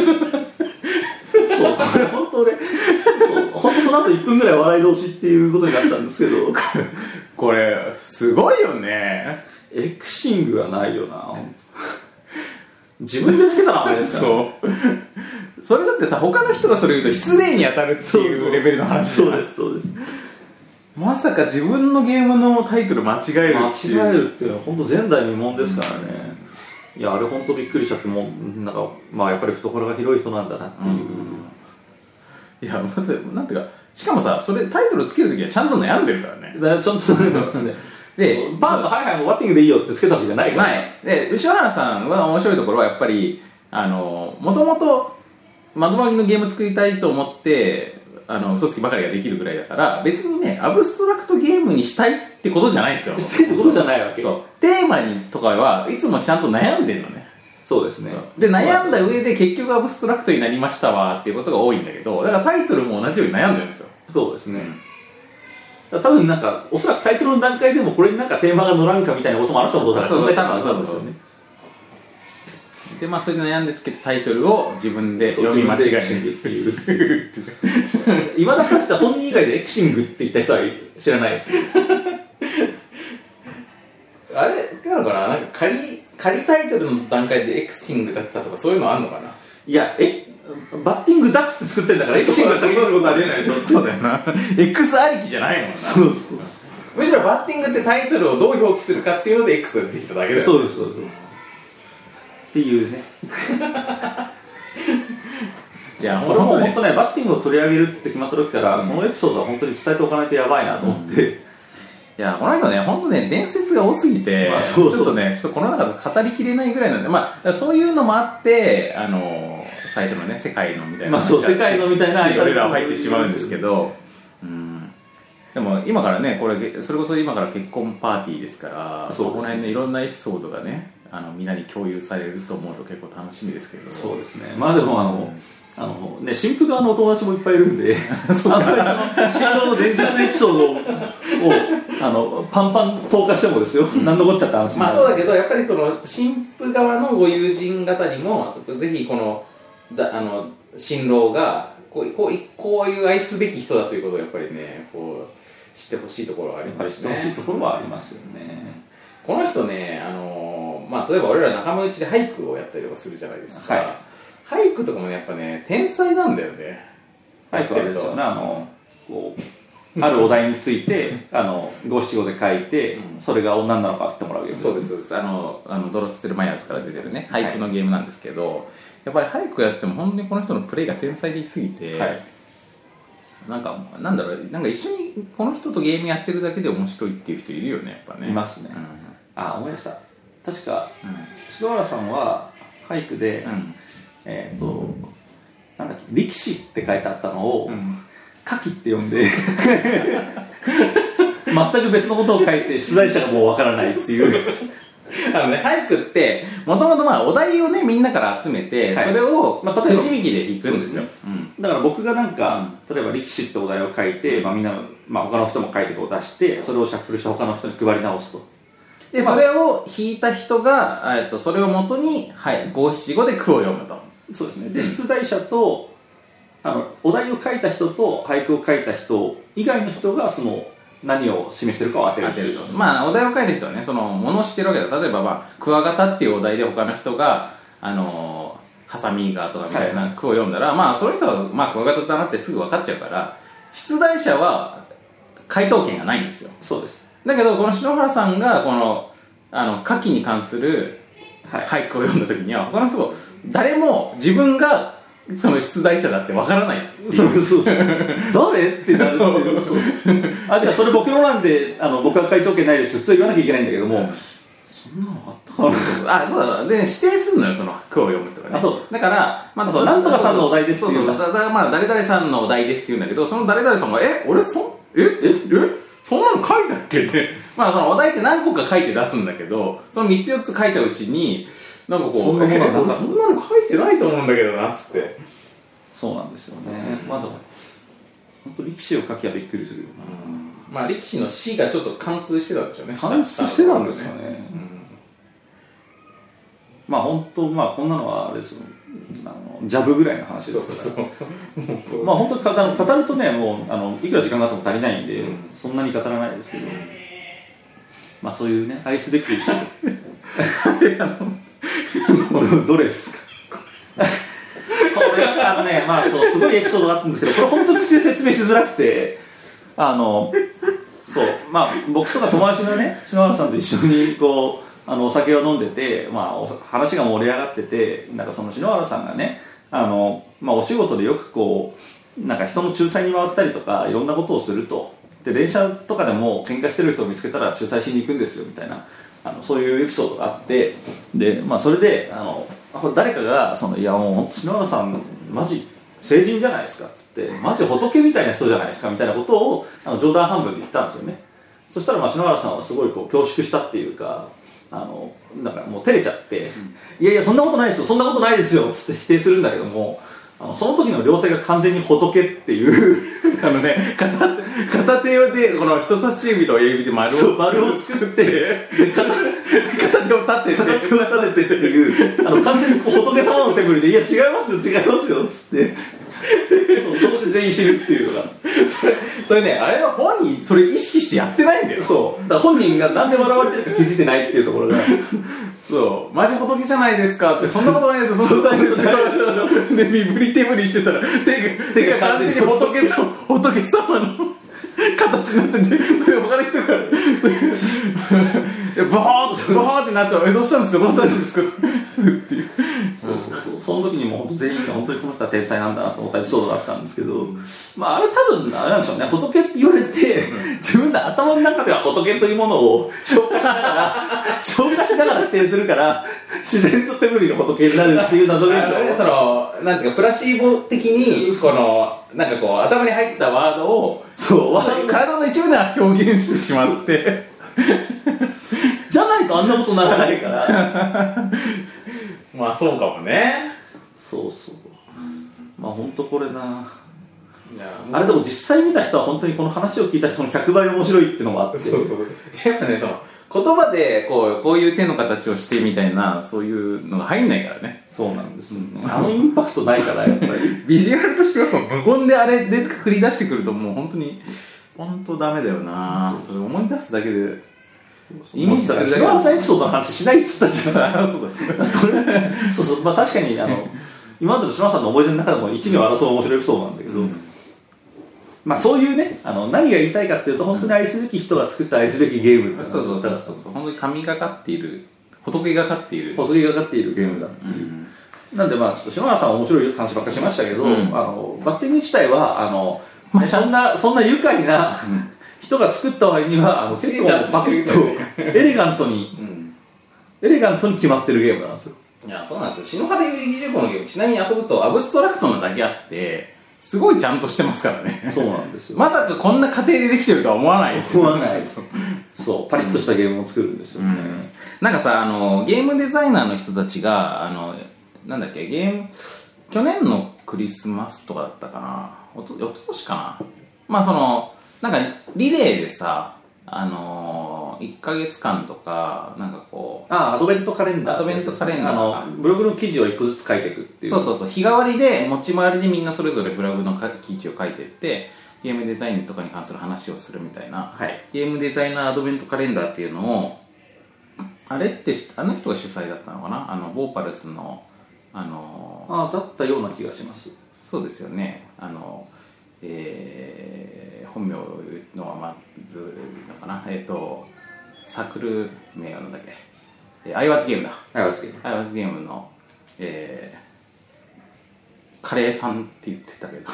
C: そうこれ本当俺そう本当その後1分ぐらい笑い同士っていうことになったんですけど
B: これ、すごいよね。
C: エクシングがないよな自分でつけた名前ですから
B: そう。それだってさ、他の人がそれ言うと失礼に当たるっていうレベルの話じゃ
C: そ
B: ん
C: うですそうです
B: まさか自分のゲームのタイトル間違える
C: 間
B: っていう。
C: 違えるっていうのは本当前代未聞ですからね、いやあれ本当びっくりしちゃってもうなんかまあやっぱり懐が広い人なんだなっていう、
B: いや、また、なんていうか、しかもさ、それタイトルつけるときはちゃんと悩んでるからね。
C: だちょっとそういうのですね。
B: で
C: そうバンと、はいはい、もうバッティングでいいよってつけたわけじゃないから。
B: ない。で、牛原さんは面白いところはやっぱり、あの、もともと、窓マギのゲーム作りたいと思って、あの、嘘つきばかりができるぐらいだから、別にね、アブストラクトゲームにしたいってことじゃないんですよ。
C: してることじゃないわけ。
B: そう。テーマにとかはいつもちゃんと悩んでるのね。
C: そうですね。
B: で、悩んだ上で結局アブストラクトになりましたわっていうことが多いんだけど、だからタイトルも同じように悩んでるんですよ。
C: そうですね。だから多分なんか、おそらくタイトルの段階でもこれになんかテーマが乗らんかみたいなこともあると思うから
B: そう
C: 考えたのはず
B: そう
C: なんですよね。
B: で、まあ、それで悩んでつけたタイトルを自分で
C: そう
B: 読み間違え
C: 自分で
B: る。
C: っていう。いまだかつて本人以外でエクシングって言った人は知らない です。
B: あれなのかななんか仮仮タイトルの段階でエクシングだったとかそういうのあんのかない
C: や、え、バッティングだっつって作ってんだから、エクシングが先になることはありえないでしょ。
B: そうだよな X ありきじゃないもんな
C: そうそう。
B: むしろバッティングってタイトルをどう表記するかっていうので X が出てきただけだよ
C: そうですそうですっていうね
B: いや
C: 俺も
B: 本当
C: 本
B: に
C: 当ねバッティングを取り上げるって決まった時から、このエピソードは本当に伝えておかないとやばいなと思って、
B: いやこの人ね本当ね伝説が多すぎて、
C: まあそうそ
B: ち
C: う
B: ょっとねちょっとこの中で語りきれないぐらいなんでまあだからそういうのもあってあの最初のね世界のみたいな
C: まあそう世界のみたいな
B: 俺らは入ってしまうんですけどうんでも今からねこれそれこそ今から結婚パーティーですから
C: そうですね
B: この辺のいろんなエピソードがねああのみんなに共有されると思うと結構楽しみですけれども
C: そうですね、まあでもあの、あのね、新婦側のお友達もいっぱいいるんで、あんまりその新郎の伝説エピソードををあのパンパン投下してもですよ、なんのこっちゃって話に
D: ま
C: な
D: あ
C: る、
D: そうだけど、やっぱりこの新婦側のご友人方にも、ぜひこのだあの新郎がこうこういこういう愛すべき人だということをやっぱりね、こう知ってほしいところがあり
C: やっぱ
D: ま
C: り
D: す
C: してほしい
D: ね
C: と。ころはありますよね。
D: この人ね、あのまあ、例えば俺ら仲間内で俳句をやったりとかするじゃないですか。
C: は
D: 俳句とかもね、やっぱね、天才なんだよね。
C: はい、これですよね、あの、こう、あるお題について、あの、五七五で書いて、それが女なのかってもらうゲームです
D: そうです、そうです。
B: あのあのドロッセルマイヤーズから出てるね俳句のゲームなんですけど、やっぱり俳句やってても本当にこの人のプレイが天才的すぎて、
C: はい。
B: なんかなんだろうなんか一緒にこの人とゲームやってるだけで面白いっていう人いるよねやっぱね
C: いますね
B: うん
C: あ、思い出した。確か、
B: うん
C: 篠原さんは、俳句で、
B: うん
C: えっ、と、なんだっけ、力士って書いてあったのを、
B: うん
C: カキって呼んで、全く別のことを書いて、取材者がもうわからないっていう。
B: あのね、俳句って、もともとまあお題をね、みんなから集めて、
C: はい
B: それを、ま
C: ま
B: あ、
C: あ
B: く
C: 例えば
B: じ引きで引くんですよ。うん
C: だから僕がなんか、例えば力士ってお題を書いて、まあみんな、まあ他の人も書いてこう出して、それをシャッフルして他の人に配り直すと。
B: で、
C: まあ
B: それを引いた人が、えっと、それをもとに、はい、五七五で句を読むと。
C: そうですね。で、出題者と、あの、お題を書いた人と俳句を書いた人以外の人が、その、何を示してるかを当てる
B: 当てると。まあ、お題を書いた人はね、その、ものをしてるわけだ。例えば、まあ、クワガタっていうお題で他の人が、あのーハサミがとかみたいな句を読んだら、まあ、その人は、まあ、クワガタだなってすぐ分かっちゃうから、出題者は、回答権がないんですよ。
C: そうです。
B: だけど、この篠原さんが、この、あの、夏季に関する
C: はい
B: 俳句を読んだ時には、他の人も、誰も自分が、その出題者だってわからない。
C: そうそうそう。誰ってなるっていうそうあ、じゃあそれ僕のなんで、あの、僕は回答権ないです。普通言わなきゃいけないんだけども、そんなのあったかな
B: あ、そうだ、で、指定するのよ、その句を読む人がね。
C: あそう。
B: だから、まあ、そう
C: なんとかさんのお題です
B: そ
C: っ
B: う
C: てい
B: そうう。だから、まあ、誰々さんのお題ですって言うんだけど、その誰々さんが、え、俺、そん、え、え、え、そんなの書いたっけって。 まあ、そのお題って何個か書いて出すんだけど、その3つ4つ書いたうちに、なんかこう、
C: そんなもの
B: え
C: なんだ
B: 俺そんなの書いてないと思うんだけどな、つって。
C: そうなんですよね。まだ、本当力士を書きはびっくりするよな。
D: まあ、力士の死がちょっと貫通してたんでしょうね。
C: 貫
D: 下
C: 出
D: 下
C: してたんですかね、まあ本当まあこんなのはあれですよあのジャブぐらいの話
D: そう
C: ですから
D: そうそう。
C: まあ本当かあの語るとねもうあのいくら時間があっても足りないんで、そんなに語らないですけどまあそういうね愛すべき どどれですかそれあのねまあそうすごいエピソードがあったんですけどこれ本当口で説明しづらくてあのそうまあ僕とか友達のね篠原さんと一緒にこうあのお酒を飲んでて、まあ、お話が盛り上がっててなんかその篠原さんがねあの、まあ、お仕事でよくこうなんか人の仲裁に回ったりとかいろんなことをするとで電車とかでも喧嘩してる人を見つけたら仲裁しに行くんですよみたいなあのそういうエピソードがあってで、まあ、それであのこれ誰かがその「いやもう本当篠原さんマジ成人じゃないですか」っつって「マジ仏みたいな人じゃないですか」みたいなことをあの冗談半分で言ったんですよねそしたらまあ篠原さんはすごいこう恐縮したっていうかあのなんかもう照れちゃって「いやいやそんなことないですよそんなことないですよ」っつって否定するんだけどもあのその時の両手が完全に仏っていう
B: あのね、片手、片手で、この人差し指と親指で丸
C: そう
B: を、
C: 丸を作ってで片
B: 片手を立てて、
C: 片手を立ててっていうあの完全に仏様の手振りで「いや違いますよ違いますよ」っつってそうそして全員死ぬっていうのが。
B: それ、それね、あれは本人、それ意識してやってないんだよ。
C: そうだから本人が何で笑われてるか気づいてないっていうところが
B: そう、マジ仏じゃないですかって、そんなことないですよ、そんなことないですよ。で、身振り手振りしてたら、手が、手が完全に仏様、仏様の形になってて、 それ他の人が、それでボーって、ボーってなって、え、どうしたんですかどうしたんですかっていう。
C: そうそうそうその時にもう本当全員が本当にこの人は天才なんだなと思ったエピソードだったんですけどまああれ多分あれなんでしょうね仏って言われて自分の頭の中では仏というものを消化しな がら消化しながら否定するから自然と手振りが仏になるっていう謎現
D: あのねそ
C: 象
D: の、なんていうか、プラシーボ的に、この、なんかこう、頭に入ったワードを、
C: そ う
B: 体の一部では表現してしまって。
C: じゃないないとあんなことならないから
D: まあそうかもね
C: そうそうまあ本当これない
D: や
C: あれでも実際見た人は本当にこの話を聞いた人の100倍面白いっていうのもあって
D: そうそう
B: やっぱね、その、言葉で、こう、こういう手の形をしてみたいな、そういうのが入んないからね。
C: そうなんですよね、あのインパクトないからやっぱり
B: ビジュアルとしては無言であれで繰り出してくるともう本当に、 本当ダメだよなそれ思い出すだけで。 イメージするだけ
C: 篠原さんエピソードの話しないっつったじゃん
B: あそうだ、
C: これ そうそうまあ確かにあの今までの島野さんの思い出の中でも一二を争う面白いエピソードなんだけど、まあそういうねあの何が言いたいかっていうと本当に愛すべき人が作った愛すべきゲームっていうのが
B: そうそうそうそうそう。本当に神がかっている、仏がかっている。
C: おとぎがかかっているゲームだっていう、なんでまあちょっと篠原さんは面白い話ばっかりしましたけど、あのバッティング自体はあの、ねそんなそんな愉快な、人が作った割にはあの結構
D: ちゃんと
C: バクッとエレガントに、エレガントに決まってるゲームなんですよ
D: いやそうなんですよ篠原由義塾のゲームちなみに遊ぶと
B: アブストラクトなだけあって、すごいちゃんとしてますからね。
C: そうなんですよ
B: まさかこんな家庭でできてるとは思わない。
C: 思わないそうパリッとしたゲームを作るんですよね、
B: なんかさあのゲームデザイナーの人たちがあのなんだっけゲーム去年のクリスマスとかだったかなおとおととしかなまあそのなんかリレーでさあの1ヶ月間とかなんかこ
C: ああアドベントカレンダー
B: アドベントカレンダー
C: あのブログの記事を一個ずつ書いていくっ
B: う
C: ていう
B: そうそうそう日替わりで持ち回りでみんなそれぞれブログの書き記事を書いてってゲームデザインとかに関する話をするみたいな、
C: はい
B: ゲームデザイナーアドベントカレンダーっていうのをあれってあの人が主催だったのかなあのボーパルスのあの
C: ああだったような気がします
B: そうですよねあのえー本名のはまずのかなえっ、とサークル名はなんだっけえーアイワーズゲームだ
C: はいですけど
B: アイワーズゲームのえーカレーさんって言ってたけど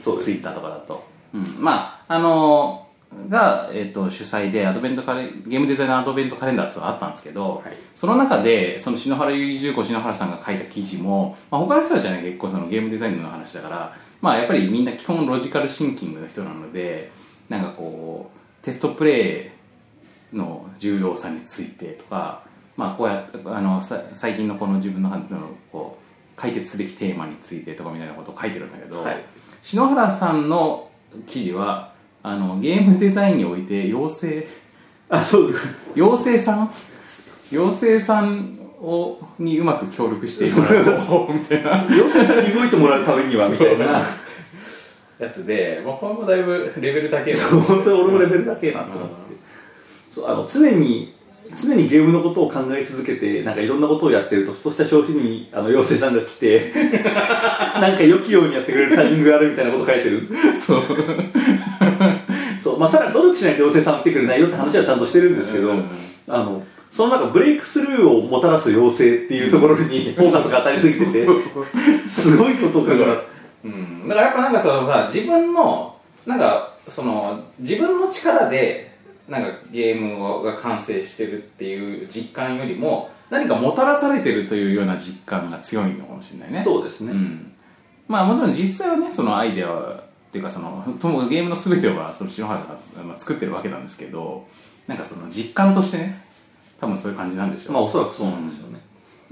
C: そうです
B: ツイッターとかだと、うん、まああのが、えー、と主催でアドベントカレゲームデザイナーアドベントカレンダーっていうのがあったんですけど、
C: はい
B: その中でその篠原由義重工篠原さんが書いた記事も、まあ、他の人たちはね結構そのゲームデザインの話だからまあやっぱりみんな基本ロジカルシンキングの人なのでなんかこうテストプレイの重要さについてとか、まあ、こうやあのさ最近のこの自分の中のこう解決すべきテーマについてとかみたいなことを書いてるんだけど、
C: はい
B: 篠原さんの記事はあのゲームデザインにおいて妖精
C: あそうです
B: 妖精さん妖精さんをにうまく協力してもらおうみたいな
C: 妖精さんに動いてもらうためにはみたいな
D: やつで、まあ、これもだいぶレベル高いな
C: そう本当に俺もレベルだけなんだと思ってそうあの常に常にゲームのことを考え続けてなんかいろんなことをやってるとふとした商品にあの妖精さんが来 てなんか良きようにやってくれるタイミングがあるみたいなこと書いてる
B: そう
C: そう、まあ、ただ努力しないと妖精さんは来てくれないよって話はちゃんとしてるんですけど、あのその中ブレイクスルーをもたらす妖精っていうところにフォーカスが当たりすぎててすごいことだから
D: うん、だからやっぱなんかそのさ自分のなんかその自分の力でなんかゲームが完成してるっていう実感よりも何かもたらされてると
B: というような実感が強いのかもしれないね
C: そうですね、
B: うん、まあもちろん実際はねそのアイデアっていうかそのともかくゲームの全てはその篠原がまあ作ってるわけなんですけどなんかその実感としてね多分そういう感じなんでしょう、
C: まあおそらくそうなんですよね、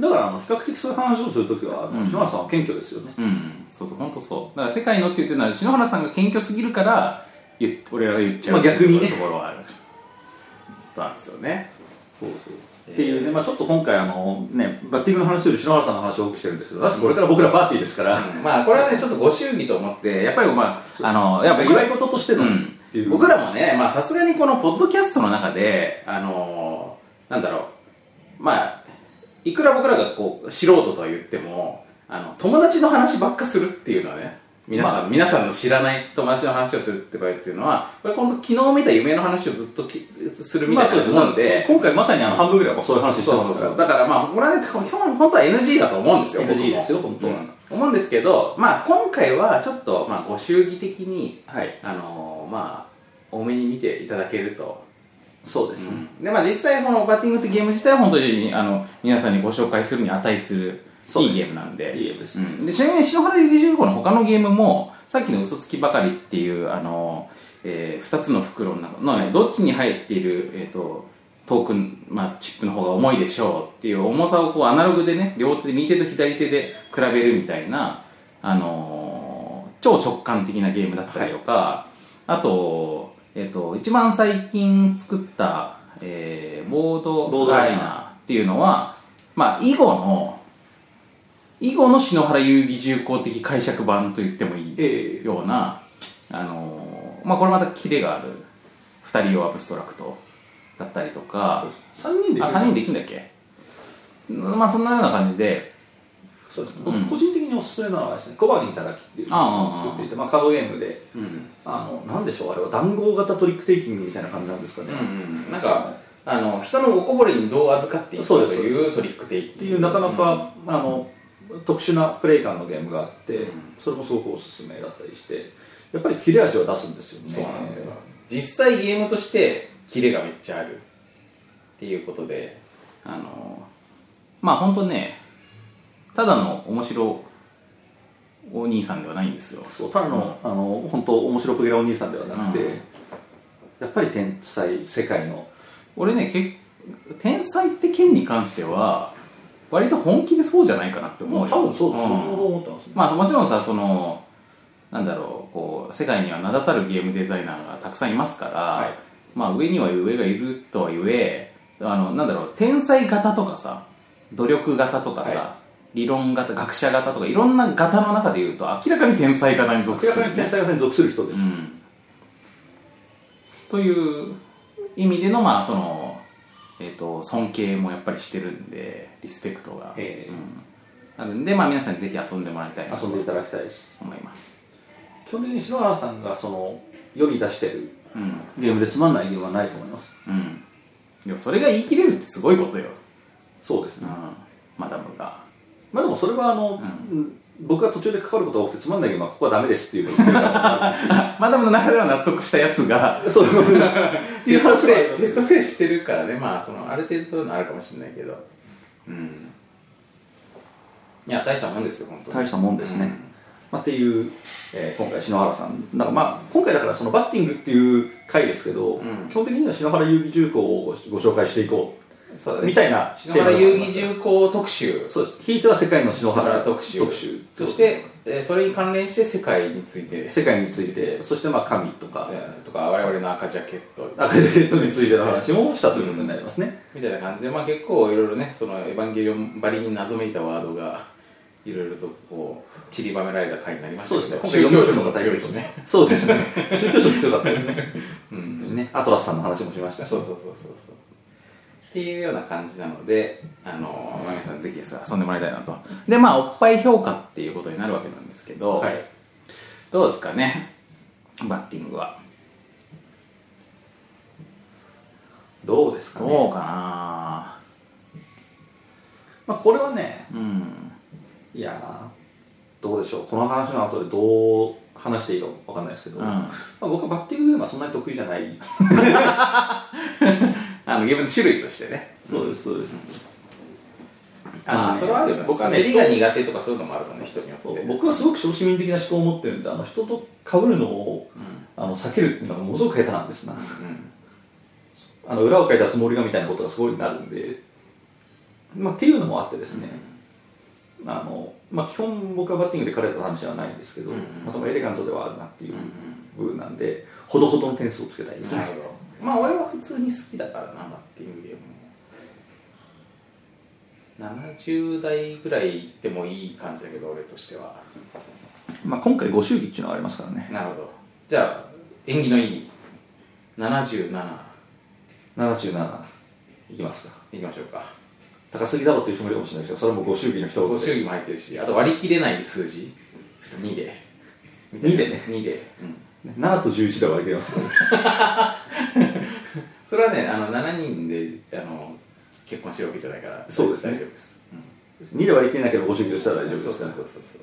C: だからあの比較的そういう話をするときはあの篠原さんは謙虚ですよね、
B: うんそうそう本当そうだから「世界の」って言ってるのは篠原さんが謙虚すぎるから言っ俺らが言っちゃう、
C: まあ逆にね
B: ところはあるなんですよね
C: そうそうっていうね、まあ、ちょっと今回あの、ね、バッティングの話より篠原さんの話を多くしてるんですけど確かこれから僕らパーティーですから、
D: まあこれはねちょっとご祝儀と思って
B: でやっぱりまああの
C: や
B: や
C: っ
B: っ
C: ぱ
B: ぱ
C: 祝い事としての、
B: うん
C: っていう
B: 僕らもね、まあさすがにこのポッドキャストの中で、あのーなんだろう、まあ、いくら僕らがこう、素人とは言っても、あの、友達の話ばっかするっていうのはね、皆さん、
C: ま
B: 皆さんの知らない友達の話をするって場合っていうのは、これ本当昨日見た夢の話をずっときするみ
C: ま
B: たい
C: あそうで
B: な
C: す
B: もんで、
C: 今回まさにあの半分ぐらいはそういう話して
B: そう
C: ま
B: そう
C: す
B: そう。
C: か
B: だからまあ、これはね、本当は NG だと思うんですよ。
C: ら
B: 僕も
C: NG ですよ本当は、
B: 思うんですけど、まあ今回はちょっと、まあご祝儀的に、
C: はい
B: あのーまあ、多めに見ていただけると。
C: そうですね、
B: で、まあ実際このバッティングってゲーム自体は本当に、あの、皆さんにご紹介するに値する、
C: そう
B: い
C: で
B: いゲ
C: す
B: ームなんで。
C: いいゲームです
B: うんでちなみに篠原由紀重工の他のゲームも、さっきの嘘つきばかりっていう、あのー、え2つの袋の中の、ね、どっちに入っている、えっ、と、トークン、まあ、チップの方が重いでしょうっていう重さをこうアナログでね両手で右手と左手で比べるみたいな、あのー超直感的なゲームだったりとか、あと,、えっと一番最近作った、えーボー
C: ボー
B: ド
C: ド
B: ラ
C: ライ
B: イ
C: ナー
B: ナーっていうのは、まあ、囲碁の囲碁の篠原遊戯重工的解釈版と言ってもいい
C: ええ
B: ような、あのーまあ、これまたキレがある2人用アブストラクトだったりとか
C: 三人で
B: あ3人できんだっけまあそんなような感じで
C: そうですね、
B: うん
C: 僕個人的におすすめなのはですね小判にいただきっていうのを作っていてまあ、カードゲームで
D: うん
C: あのなんでしょうあれは談合型トリックテイキングみたいな感じなんですかね、
D: うん
C: っ
D: うんなんかあの人のおこぼれにどう預かっていくか
C: そ
D: と
C: うですそう
D: い
C: で
D: うトリックテイキング
C: ていうなかなか、あの特殊なプレイ感のゲームがあって、それもすごくおすすめだったりしてやっぱり切れ味を出すんですよね
D: そうなんだよ実際ゲームとしてキレがめっちゃあるっていうことで
B: あのまあ本当ねただの面白お兄さんではないんですよ
C: そうただの,、あの本当面白くげなお兄さんではなくて、
B: うん
C: やっぱり天才世界の
B: 俺ねけ天才って件に関しては割と本気でそうじゃないかなって思
C: も
B: う
C: う
B: よ
C: 多分そうですよ、
B: ん
C: 僕もそう思ってますね、
B: まあもちろんさそのなんだろうこう世界には名だたるゲームデザイナーがたくさんいますから、
D: い
B: まあ上には上がいるとはいえあのなんだろう天才型とかさ努力型とかさ、
C: は
B: 理論型学者型とかいろんな型の中でいうと明らかに天才型に属
C: 明ら
B: す
C: か
B: る
C: に天才型に属する人です、
B: うんという意味でのまあそのえっ、と尊敬もやっぱりしてるんでリスペクトが、
C: ええ
B: うん、あるんでまあ皆さんにぜひ遊んでもらいたいな
C: 遊んでいただきたいです
B: と思います
C: 基本的に篠原さんがその世に出してる
B: うん
C: ゲームでつまんないゲームはないと思います
B: うんでもそれが言い切れるってすごいことよ、
C: そうです
B: うん
C: ね、
B: マダムが
C: まあでもそれはあの、
B: う
C: 僕が途中でかかることが多くてつまんないゲームはここはダメですっていうのを言ってるから
B: あマダムの中では納得したやつが
C: そういうことってい
D: テ
C: う
D: スト
C: 話
D: プ
C: は
D: レイテストプレイしてるからねまあそのある程度のあるかもしれないけどうんいや大したもんですよ本当に
C: 大したもんですね、まあ、っていう、えー今回篠原さんだからまあ今回だからそのバッティングっていう回ですけど、
D: ん
C: 基本的には篠原遊戯重工をご紹介していこ
D: そうだ
C: う
D: ね
C: みたいな
D: 篠原
C: テーマだと
D: 遊
C: 思いま
D: 戯
C: す
D: 重工特集
C: そうですひいては世界の
D: 篠
C: 篠原
D: 原特集
C: 特集
D: そして、えーそれに関連して世界について
C: 世界についてそしてまあ神とか
D: えーとか我々の赤ジャケット
C: アカデミートについての話もしたということになりますね、
D: みたいな感じで、まあ、結構いろいろねそのエヴァンゲリオンばりに謎めいたワードがいろいろとこう散りばめられた回になりましたけど宗教色も強いしね
C: そうですね 宗教色強かったですね,、うん、ねアトラスさんの話もしましたし
D: そうそうそうそうそうっていうような感じなのであのまみさんぜひそれ遊んでもらいたいなと
B: でまあおっぱい評価っていうことになるわけなんですけど、
C: はい
B: どうですかねバッティングは
C: どうですかね、
B: どうかな
C: まあ、これはね
B: うん
C: いやーどうでしょうこの話の後でどう話していいかわかんないですけど、
B: うん
C: まあ、僕はバッティングゲームはそんなに得意じゃない
B: あのゲームの種類としてね
C: そうですそうです
D: ああそれはあるよね
C: 僕
D: 僕
C: は
D: は
C: ね
D: 競りが苦手とかそういうのもあるからね人によって
C: 僕はすごく小市民的な思考を持ってるんであの人と被るのを、あの避けるっていうのがものすごく下手なんですな、あの裏をかいたつもりがみたいなことがすごいなるんで、まあ、っていうのもあってですね、あのまあ、基本僕はバッティングで彼と話はないんですけど、まあ、でもエレガントではあるなっていう部分なんで、ほどほどの点数をつけたいですね、
D: なるほどまあ俺は普通に好きだからなバッティングゲーム70代ぐらいいってもいい感じだけど俺としては
C: まあ、今回ご祝儀っていうのがありますからね
D: なるほどじゃあ縁起のいい77
C: 77いきますか
D: いきましょうか
C: 高すぎだろっていう人もいるかもしれないですけどそれはもうご祝儀の一言
D: ご
C: で
D: 祝儀も入ってるしあと割り切れない数字2で
C: 2でね
D: 2で、うん、
C: 7と11で割り切れます からね
D: それはねあの7人であの結婚してるわけじゃないから
C: そうですね
D: 大丈夫です、うん
C: 2で割り切れなければご祝儀としたら大丈夫です
D: そう
C: から
D: そうそうそう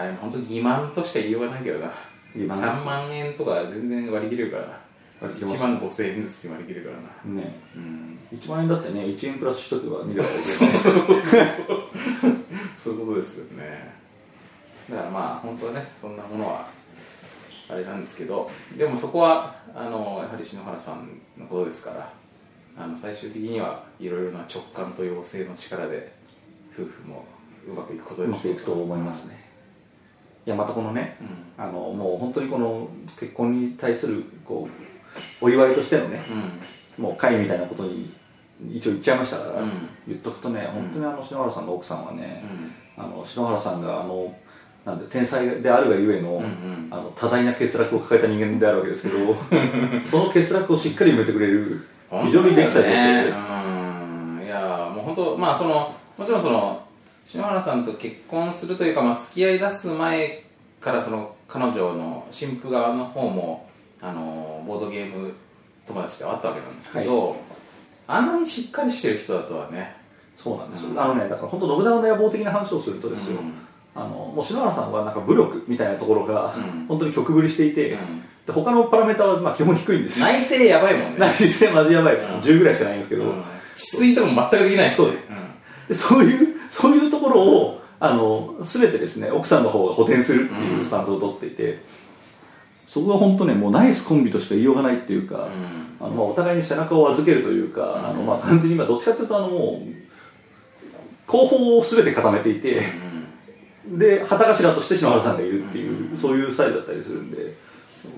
D: あれ本当欺瞞としか言いようがないけどな
C: 欺瞞です
D: 3万円とか全然割り切れるからな
C: 割り切れます
D: 1万5千円ずつ割り切れるからな
C: ね
D: うん
C: 1万円だってね1円プラスしとけば2で割り切れます
D: そういうことですよねだからまあ本当はねそんなものはあれなんですけどでもそこはあのやはり篠原さんのことですから
B: あの最終的にはいろいろな直感と陽性の力で夫婦もうまくいくこと
C: う
B: で
C: ま
B: し
C: く
B: ょう
C: いくと思いますねいやまたこのね
B: うん
C: あのもう本当にこの結婚に対するこうお祝いとしてのねもう会みたいなことに一応言っちゃいましたから、
B: うん
C: 言っとくとね本当にあの篠原さんの奥さんはね、
B: う
C: あの篠原さんがあのなんで天才であるがゆえの,、
B: んうん
C: あの多大な欠落を抱えた人間であるわけですけど その欠落をしっかり埋めてくれる非常にできた女性
B: ね
C: で、
B: うんいやもう本当まあそのもちろんその篠原さんと結婚するというか、まあ、付き合い出す前からその彼女の新婦側の方もあのボードゲーム友達ではあったわけなんですけど、あんなにしっかりしてる人だとはね
C: そうなんですよ、
B: うん
C: あのねだから本当信長の野望的な話をするとですよ、あのもう篠原さんはなんか武力みたいなところが、
B: うん
C: 本当に曲振りしていて、
B: うん
C: で他のパラメータはまあ基本低いんですよ
B: 内政やばいもんね
C: 内実マジやばいですよ、
B: うん
C: 10ぐらいしかないんですけど、
B: うん治水とかも全くできないし
C: そうですでそういうそういうところをあの全てですね奥さんの方が補填するっていうスタンスを取っていて、そこが本当ねもうナイスコンビとしか言いようがないっていうか、
B: う
C: あのまあ、お互いに背中を預けるというか、あのまあ、完全に今どっちかというとあのもう後方を全て固めていて、
B: んうん
C: で旗頭として篠原さんがいるっていう、そういうスタイルだったりするんで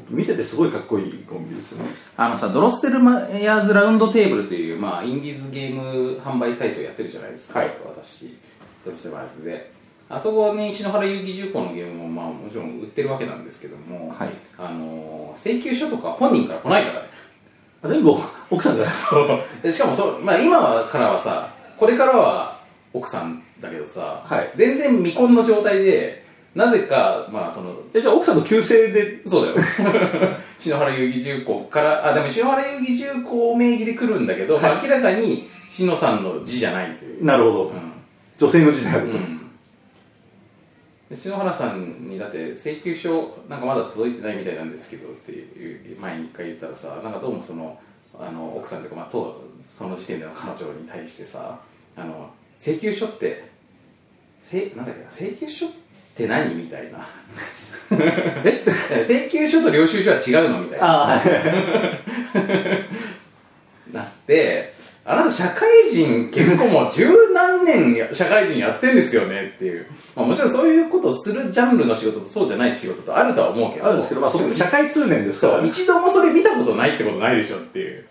C: 見ててすごいかっこいいコンビですよね
B: あのさ、ドロッセルマイヤーズラウンドテーブルという、まあ、インディーズゲーム販売サイトをやってるじゃないですか、
C: はい
B: 私、ドロッセルマイヤーズで。あそこに篠原遊戯重工のゲームも、まあ、もちろん売ってるわけなんですけども、
C: はい
B: あのー請求書とか本人から来ないからね。
C: あ全部奥さんが
B: そうでしかもそう、まあ、今はからはさこれからは奥さんだけどさ、
C: はい
B: 全然未婚の状態でなぜか、まあ、その
C: えじゃあ奥さんの旧姓で
B: そうだよ。 篠原遊戯重工から、あ、でも篠原遊戯重工名義で来るんだけど、まあ明らかに篠さんの字じゃないという。
C: なるほど、
B: う
C: 女性の時代ある
B: ん。
C: と、
B: で篠原さんにだって請求書なんかまだ届いてないみたいなんですけどっていう前に一回言ったらさなんかどうもそのあの奥さんとか、まあ、当その時点での彼女に対してさあの請求書ってせなんだっけな請求書って何みたいな え請求書と領収書は違うのみたいな
C: ああ
B: なって、あなた社会人結構もう十何年や社会人やってんですよねっていう。まあもちろんそういうことをするジャンルの仕事とそうじゃない仕事とあるとは思うけど。
C: あるんですけど、まあ、そこって社会通念ですから、
B: そう、一度もそれ見たことないってことないでしょっていう。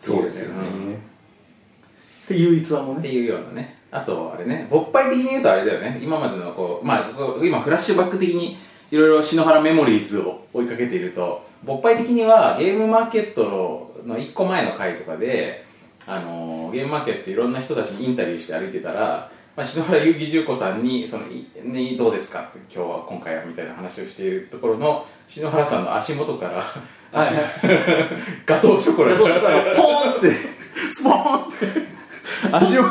C: そうですよね。
B: うん
C: っていう逸話も
B: って
C: ね、
B: いうようなね。あと、あれね、勃発的に言うとあれだよね。今までのこう、まあ、こう今フラッシュバック的にいろいろ篠原メモリーズを追いかけていると、勃発的にはゲームマーケットの1個前の回とかで、あのーゲームマーケットいろんな人たちにインタビューして歩いてたら、まあ、篠原遊戯重子さんに、その、いね、どうですかって、今日は、今回は、みたいな話をしているところの、篠原さんの足元から、
C: はい、
B: ガトーショコラ
C: ガトーショコラがポーンっつって、
B: スポーンって、足を、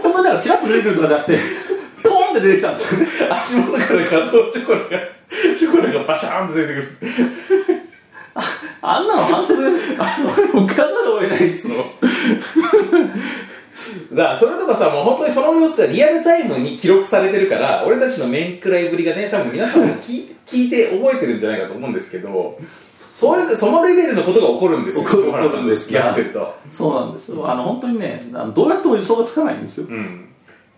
C: 本当にだからチラッと出てくるとかじゃなくて、ポーンって出てきたんですよね。
B: 足元からガトーチョコラが、ショコラがバシャーンと出てくる。
C: あんなの反則です。あの、おかざるを得ないですよ。
B: だから、それとかさ、もう本当にその様子がリアルタイムに記録されてるから、俺たちの面食らいぶりがね、多分皆さんも聞い 聞いて覚えてるんじゃないかと思うんですけど、そういう、そのレベルのことが起こるんですよ、
C: 起こる
B: 小原さんと付き合ってると。
C: そうなんですよ。あの、本当にね、あのどうやっても予想がつかないんですよ。
B: うん。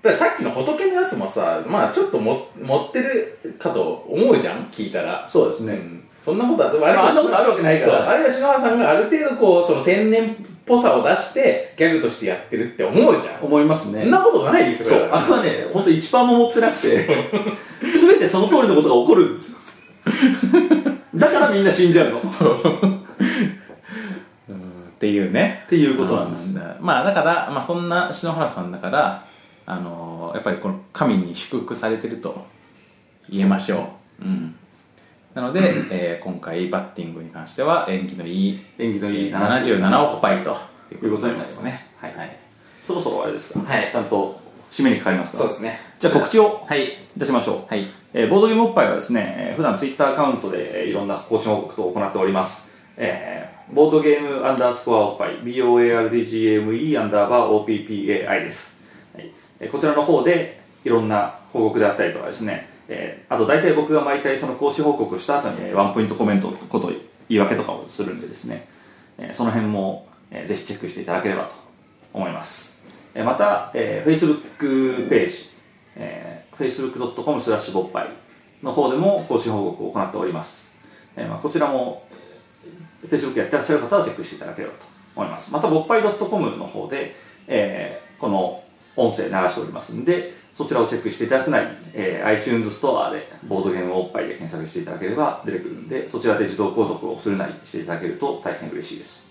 B: だからさっきの仏のやつもさ、まあちょっとも持ってるかと思うじゃん、聞いたら。
C: そうです
B: う
C: ね。
B: んそんなことは、でもあ
C: まああんなことあるわけないから
B: そうあるいは篠原さんがある程度こう、その天然っぽさを出して、ギャグとしてやってるって思うじゃん。
C: 思いますね
B: そん。なことないよ、
C: そう。
B: だか
C: あれはね、本当1パーも持ってなくて、すべてその通りのことが起こるんですよ。だからみんな死んじゃうの。っ
E: っていうね
C: ていうことなんです。
E: うんまあだから、まあ、そんな篠原さんだから、あのーやっぱりこの神に祝福されてると言えましょう、うん、なので、えー今回バッティングに関しては縁起のいい
C: 演技のいい
E: 77おっぱいと
C: いうことになりますね
E: はい、はい、
C: そろそろあれですか、
B: はい
C: ちゃんと締めにかかりますから
B: そうですね。
C: じゃあ告知を
E: はい
C: いたしましょう、
E: はい
C: えーボードゲームおっぱいはですね、えー普段ツイッターアカウントでえーいろんな更新報告を行っております、えーボードゲームアンダースコアおっぱい BOARDGME アンダーバー OPPAI です、はいえーこちらの方でいろんな報告であったりとかですね、えーあと大体僕が毎回その更新報告した後にえーワンポイントコメントこと言い訳とかをするんでですね、えーその辺もえーぜひチェックしていただければと思います、えーまた、えー Facebook ページ、えー facebook.com スラッシュボッパイの方でも更新報告を行っております、えーまあ、こちらも Facebook やってらっしゃる方はチェックしていただければと思います。また、ぼっぱい .com の方で、えーこの音声流しておりますんで、そちらをチェックしていただくなり、えー iTunes ストアでボードゲームおっぱいで検索していただければ出てくるんで、そちらで自動購読をするなりしていただけると大変嬉しいです。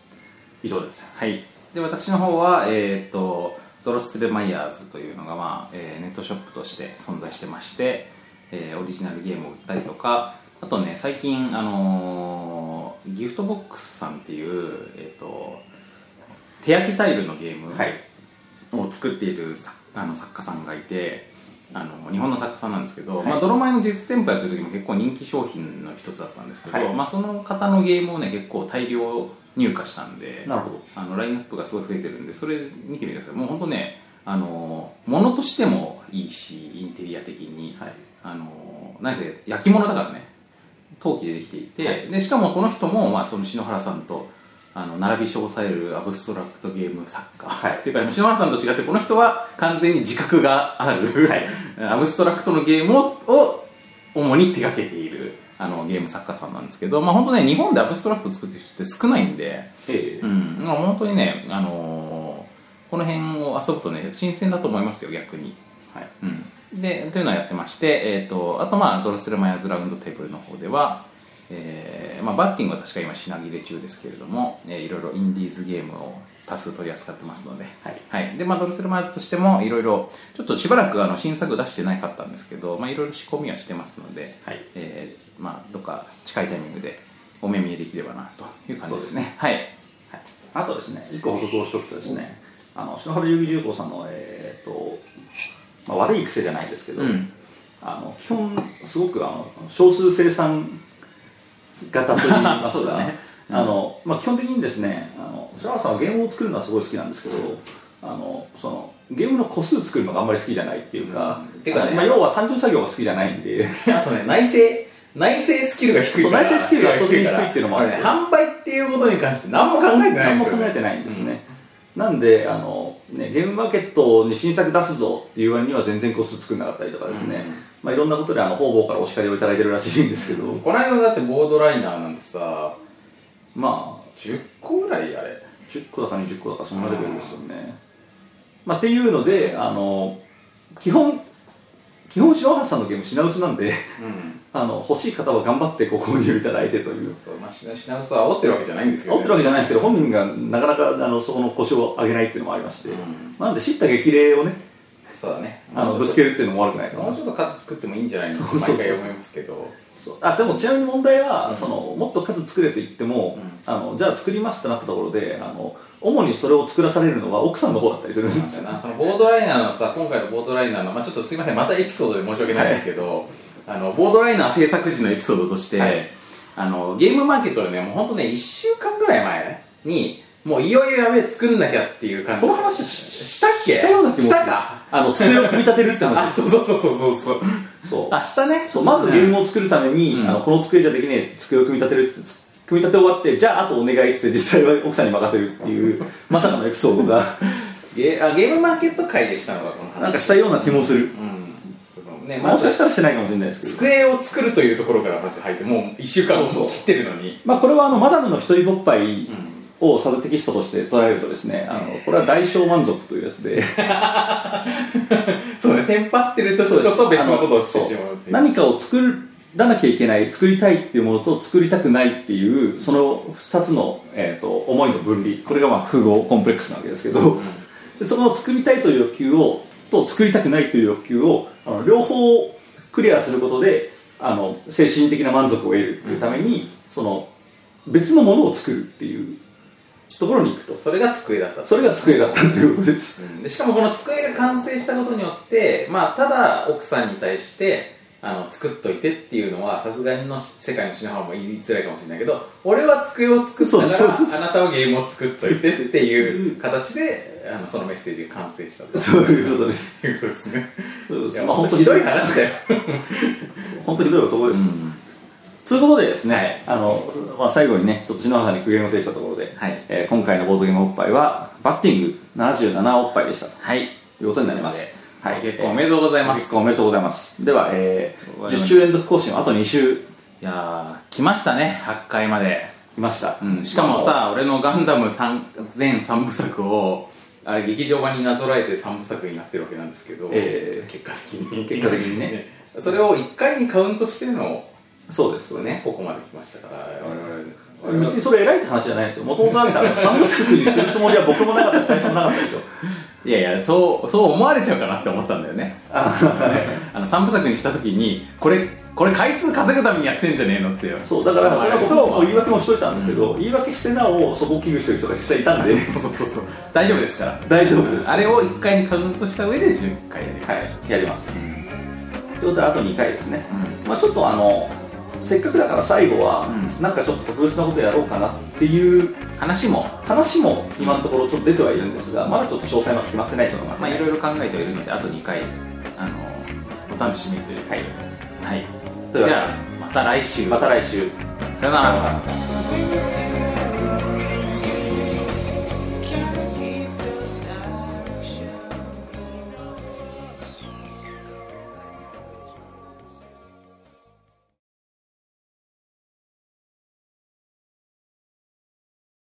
C: 以上でございます。
B: はい、で私の方は、えーっとドロス・レマイヤーズというのが、まあえーネットショップとして存在してまして、えーオリジナルゲームを売ったりとかあとね最近、あのーギフトボックスさんっていう、えーっと手焼きタイルのゲーム
C: はい。
B: を作っている作あの作家さんがいてあの日本の作家さんなんですけど、まあ、泥前の実店舗やってる時も結構人気商品の一つだったんですけど、
C: はい
B: まあ、その方のゲームをね結構大量入荷したんで
C: なるほど
B: あのラインナップがすごい増えてるんでそれ見てみてくださいもう本当ねあの物としてもいいしインテリア的に、
C: はい
B: あの何せ焼き物だからね陶器でできていて、
C: はい
B: でしかもこの人も、まあ、その篠原さんとあの並び称されるアブストラクトゲーム作家、
C: はい
B: っていうか篠原さんと違ってこの人は完全に自覚がある、アブストラクトのゲームをを主に手掛けているあのゲーム作家さんなんですけど、まあ、本当ね日本でアブストラクト作ってる人って少ないんで、
C: えー
B: うん、まあ本当にね、あのーこの辺を遊ぶとね新鮮だと思いますよ逆に。
C: はい。
B: うん、でというのをやってまして、えー、とあとまあドロスルマヤーズラウンドテーブルの方では、えーまあ、バッティングは確か今品切れ中ですけれども、えーいろいろインディーズゲームを多数取り扱ってますので,、
C: はい
B: でまあ、ドロスルマヤーズとしてもいろいろちょっとしばらくあの新作出してなかったんですけど、まあ、いろいろ仕込みはしてますので、
C: はい
B: えーまあ、どっか近いタイミングでお目見えできればなという感じですねはい
C: はい、あとですね、一個補足をしておくとですね、あの篠原遊戯重工さんの、えーとまあ、悪い癖じゃないですけど、
B: うん
C: あの基本、すごくあの少数生産型といいま
B: そ
C: す
B: う
C: か、
B: だね
C: あのまあ、基本的にですねあの篠原さんはゲームを作るのはすごい好きなんですけど、あのそのゲームの個数作るのがあんまり好きじゃないっていうか、
D: うんてかね
C: あのまあ、要は単純作業が好きじゃないんで。
D: あとね、内製、内製スキルが低いから。
C: そう内製スキルが圧倒的に低いっていうのもある
D: これね、販売っていうことに関して何も考えてない
C: 何
D: んで
C: も
D: す
C: 考
D: よ、
C: えてないんですね、なんであの、ね、ゲームマーケットに新作出すぞっていう割には全然個数作んなかったりとかですね、まあ、いろんなことであの方々からお叱りをいただいてるらしいんですけど
D: この間だってボードライナーなんてさ、
C: まあ
D: 10個ぐらいあれ。
C: 10個だか20個だかそんなレベルですよね、まあ、っていうのであの基本基本篠原さんのゲーム品薄なんで
D: うん。
C: あの欲しい方は頑張ってご購入いただいてという
D: そう、まあ、品品薄は煽ってるわけじゃないんですけど、
C: 煽ってるわけじゃないですけど本人がなかなかあのそこの腰を上げないっていうのもありまして、
D: うん
C: なんで知った激励をね
D: そうだね。
C: あのぶつ
D: け
C: けるっていうのも悪くないかな
D: もうちょっと数作ってもいいんじゃないの
C: そ
D: っ
C: う
D: て
C: そうそう
D: 毎回思いますけど。
C: そうあでもちなみに問題は、そのもっと数作れと言っても、
D: うん
C: あのじゃあ作りますってなったところであの主にそれを作らされるのは奥さんの方だったりするんで
D: そうなん
C: す
D: だ
C: よ
D: よなそのボードライナーのさ今回のボードライナーの、まあ、ちょっとすいませんまたエピソードで申し訳ないんですけど、あのボードライナー制作時のエピソードとして、
B: はい
D: あのゲームマーケットでねもう本当ね1週間ぐらい前にもういよいよやべえ作んなきゃっていう感じ
C: この話
D: ししたっけ
C: したような気もする
D: したか
C: あの机を組み立てるって
D: あ
C: 話
D: そうそうそうそうそうそう
C: そう
D: あしたね
C: そうまずゲームを作るために、
B: うん
C: あのこの机じゃできねえって机を組み立てるってつ組み立て終わってじゃああとお願いっつって実際は奥さんに任せるっていうまさかのエピソード が
D: ゲあゲームマーケット会でしたのがこの話
C: なんかしたような気もする、
D: うんそのねま
C: もし
D: ず
C: かしたらしてないかもしれないですけど
D: 机を作るというところからまず入ってもう1週間も切ってるのに
C: まあ、これはあのマダムの一人ぼっぱい
D: ん
C: をサブテキストとして捉えるとですね、あのこれは大小満足というやつで
D: そうねテンパってる時こそ別のことをしてしまうという
C: 何かを作らなきゃいけない作りたいっていうものと作りたくないっていうその2つの、えー、と思いの分離これがまあ複合コンプレックスなわけですけど、でその作りたいという欲求をと作りたくないという欲求をあの両方クリアすることであの精神的な満足を得るっていうために、その別のものを作るっていうところに行くと。
D: それが机だった
C: それが机だったっていうことです。
D: うんでしかもこの机が完成したことによって、まあ、ただ奥さんに対してあの作っといてっていうのはさすがの世界の篠原も言いづらいかもしれないけど俺は机を作った
C: そうそう
D: か
C: そう
D: らあなたはゲームを作っといてっていう形であのそのメッセージが完成したと
C: そういうことです。
D: いうことですね
C: そうで
D: い
C: す。
D: や
C: まあ本当
D: ひどい
C: 話。
D: 話だよ
C: 本当ひどい男です。ということでですね、
B: はい
C: あのまあ、最後にね、ちょっと篠原さんに苦言を呈したところで、
B: はい
C: えー今回のボードゲームおっぱいは、バッティング77おっぱいでしたと
B: はい
C: いうことになります。
B: は
C: はいい、
B: 結婚おめでとうございます
C: 結婚おめでとうございます。では、えー
B: わかりました
C: 10週連続更新はあと2週
B: いやー来ましたね8回まで
C: いました。
B: うん、しかもさ、俺のガンダム3全3部作をあれ劇場版になぞらえて3部作になってるわけなんですけど、
C: えー
B: 結果的に
C: 結果的にね
B: それを1回にカウントしての
C: そうです
B: そう
C: よ
B: ね
C: ね。
B: ここまで来ましたから我々我々
C: 別にそれ偉いって話じゃないですよ。もともとあんた、三部作にするつもりは僕もなかったし、大さんもなかったでしょ。
B: いやいやそうそう思われちゃうかなって思ったんだよね
C: あ
B: あの3部作にした時にこれこれ回数稼ぐためにやってんじゃねえのって
C: そう、だから、それは僕
B: 思わ
C: も
B: れ
C: 言い
B: ると
C: 訳もしといたんですけど、言い訳してなお、そこを危惧してる人が実際いたん で、
B: そうそうそう大丈夫ですから
C: 大丈夫です。
B: あれを1回にカウントした上で10回やります、
C: はい、やります。ということで、あと2回ですね。まあ、ちょっとあの、せっかくだから最後は、
B: う
C: なんかちょっと特別なことやろうかなっていう
B: 話も
C: 話も今のところちょっと出てはいるんですが、まだちょっと詳細は決まってないところが
B: まあ、
C: って
B: い
C: な
B: ろいろ考えてはいるので、あと2回、あのお楽しみというはい。はい。
C: というわけで
B: では、また来週。
C: また来週。
B: さよなら。
A: さよなら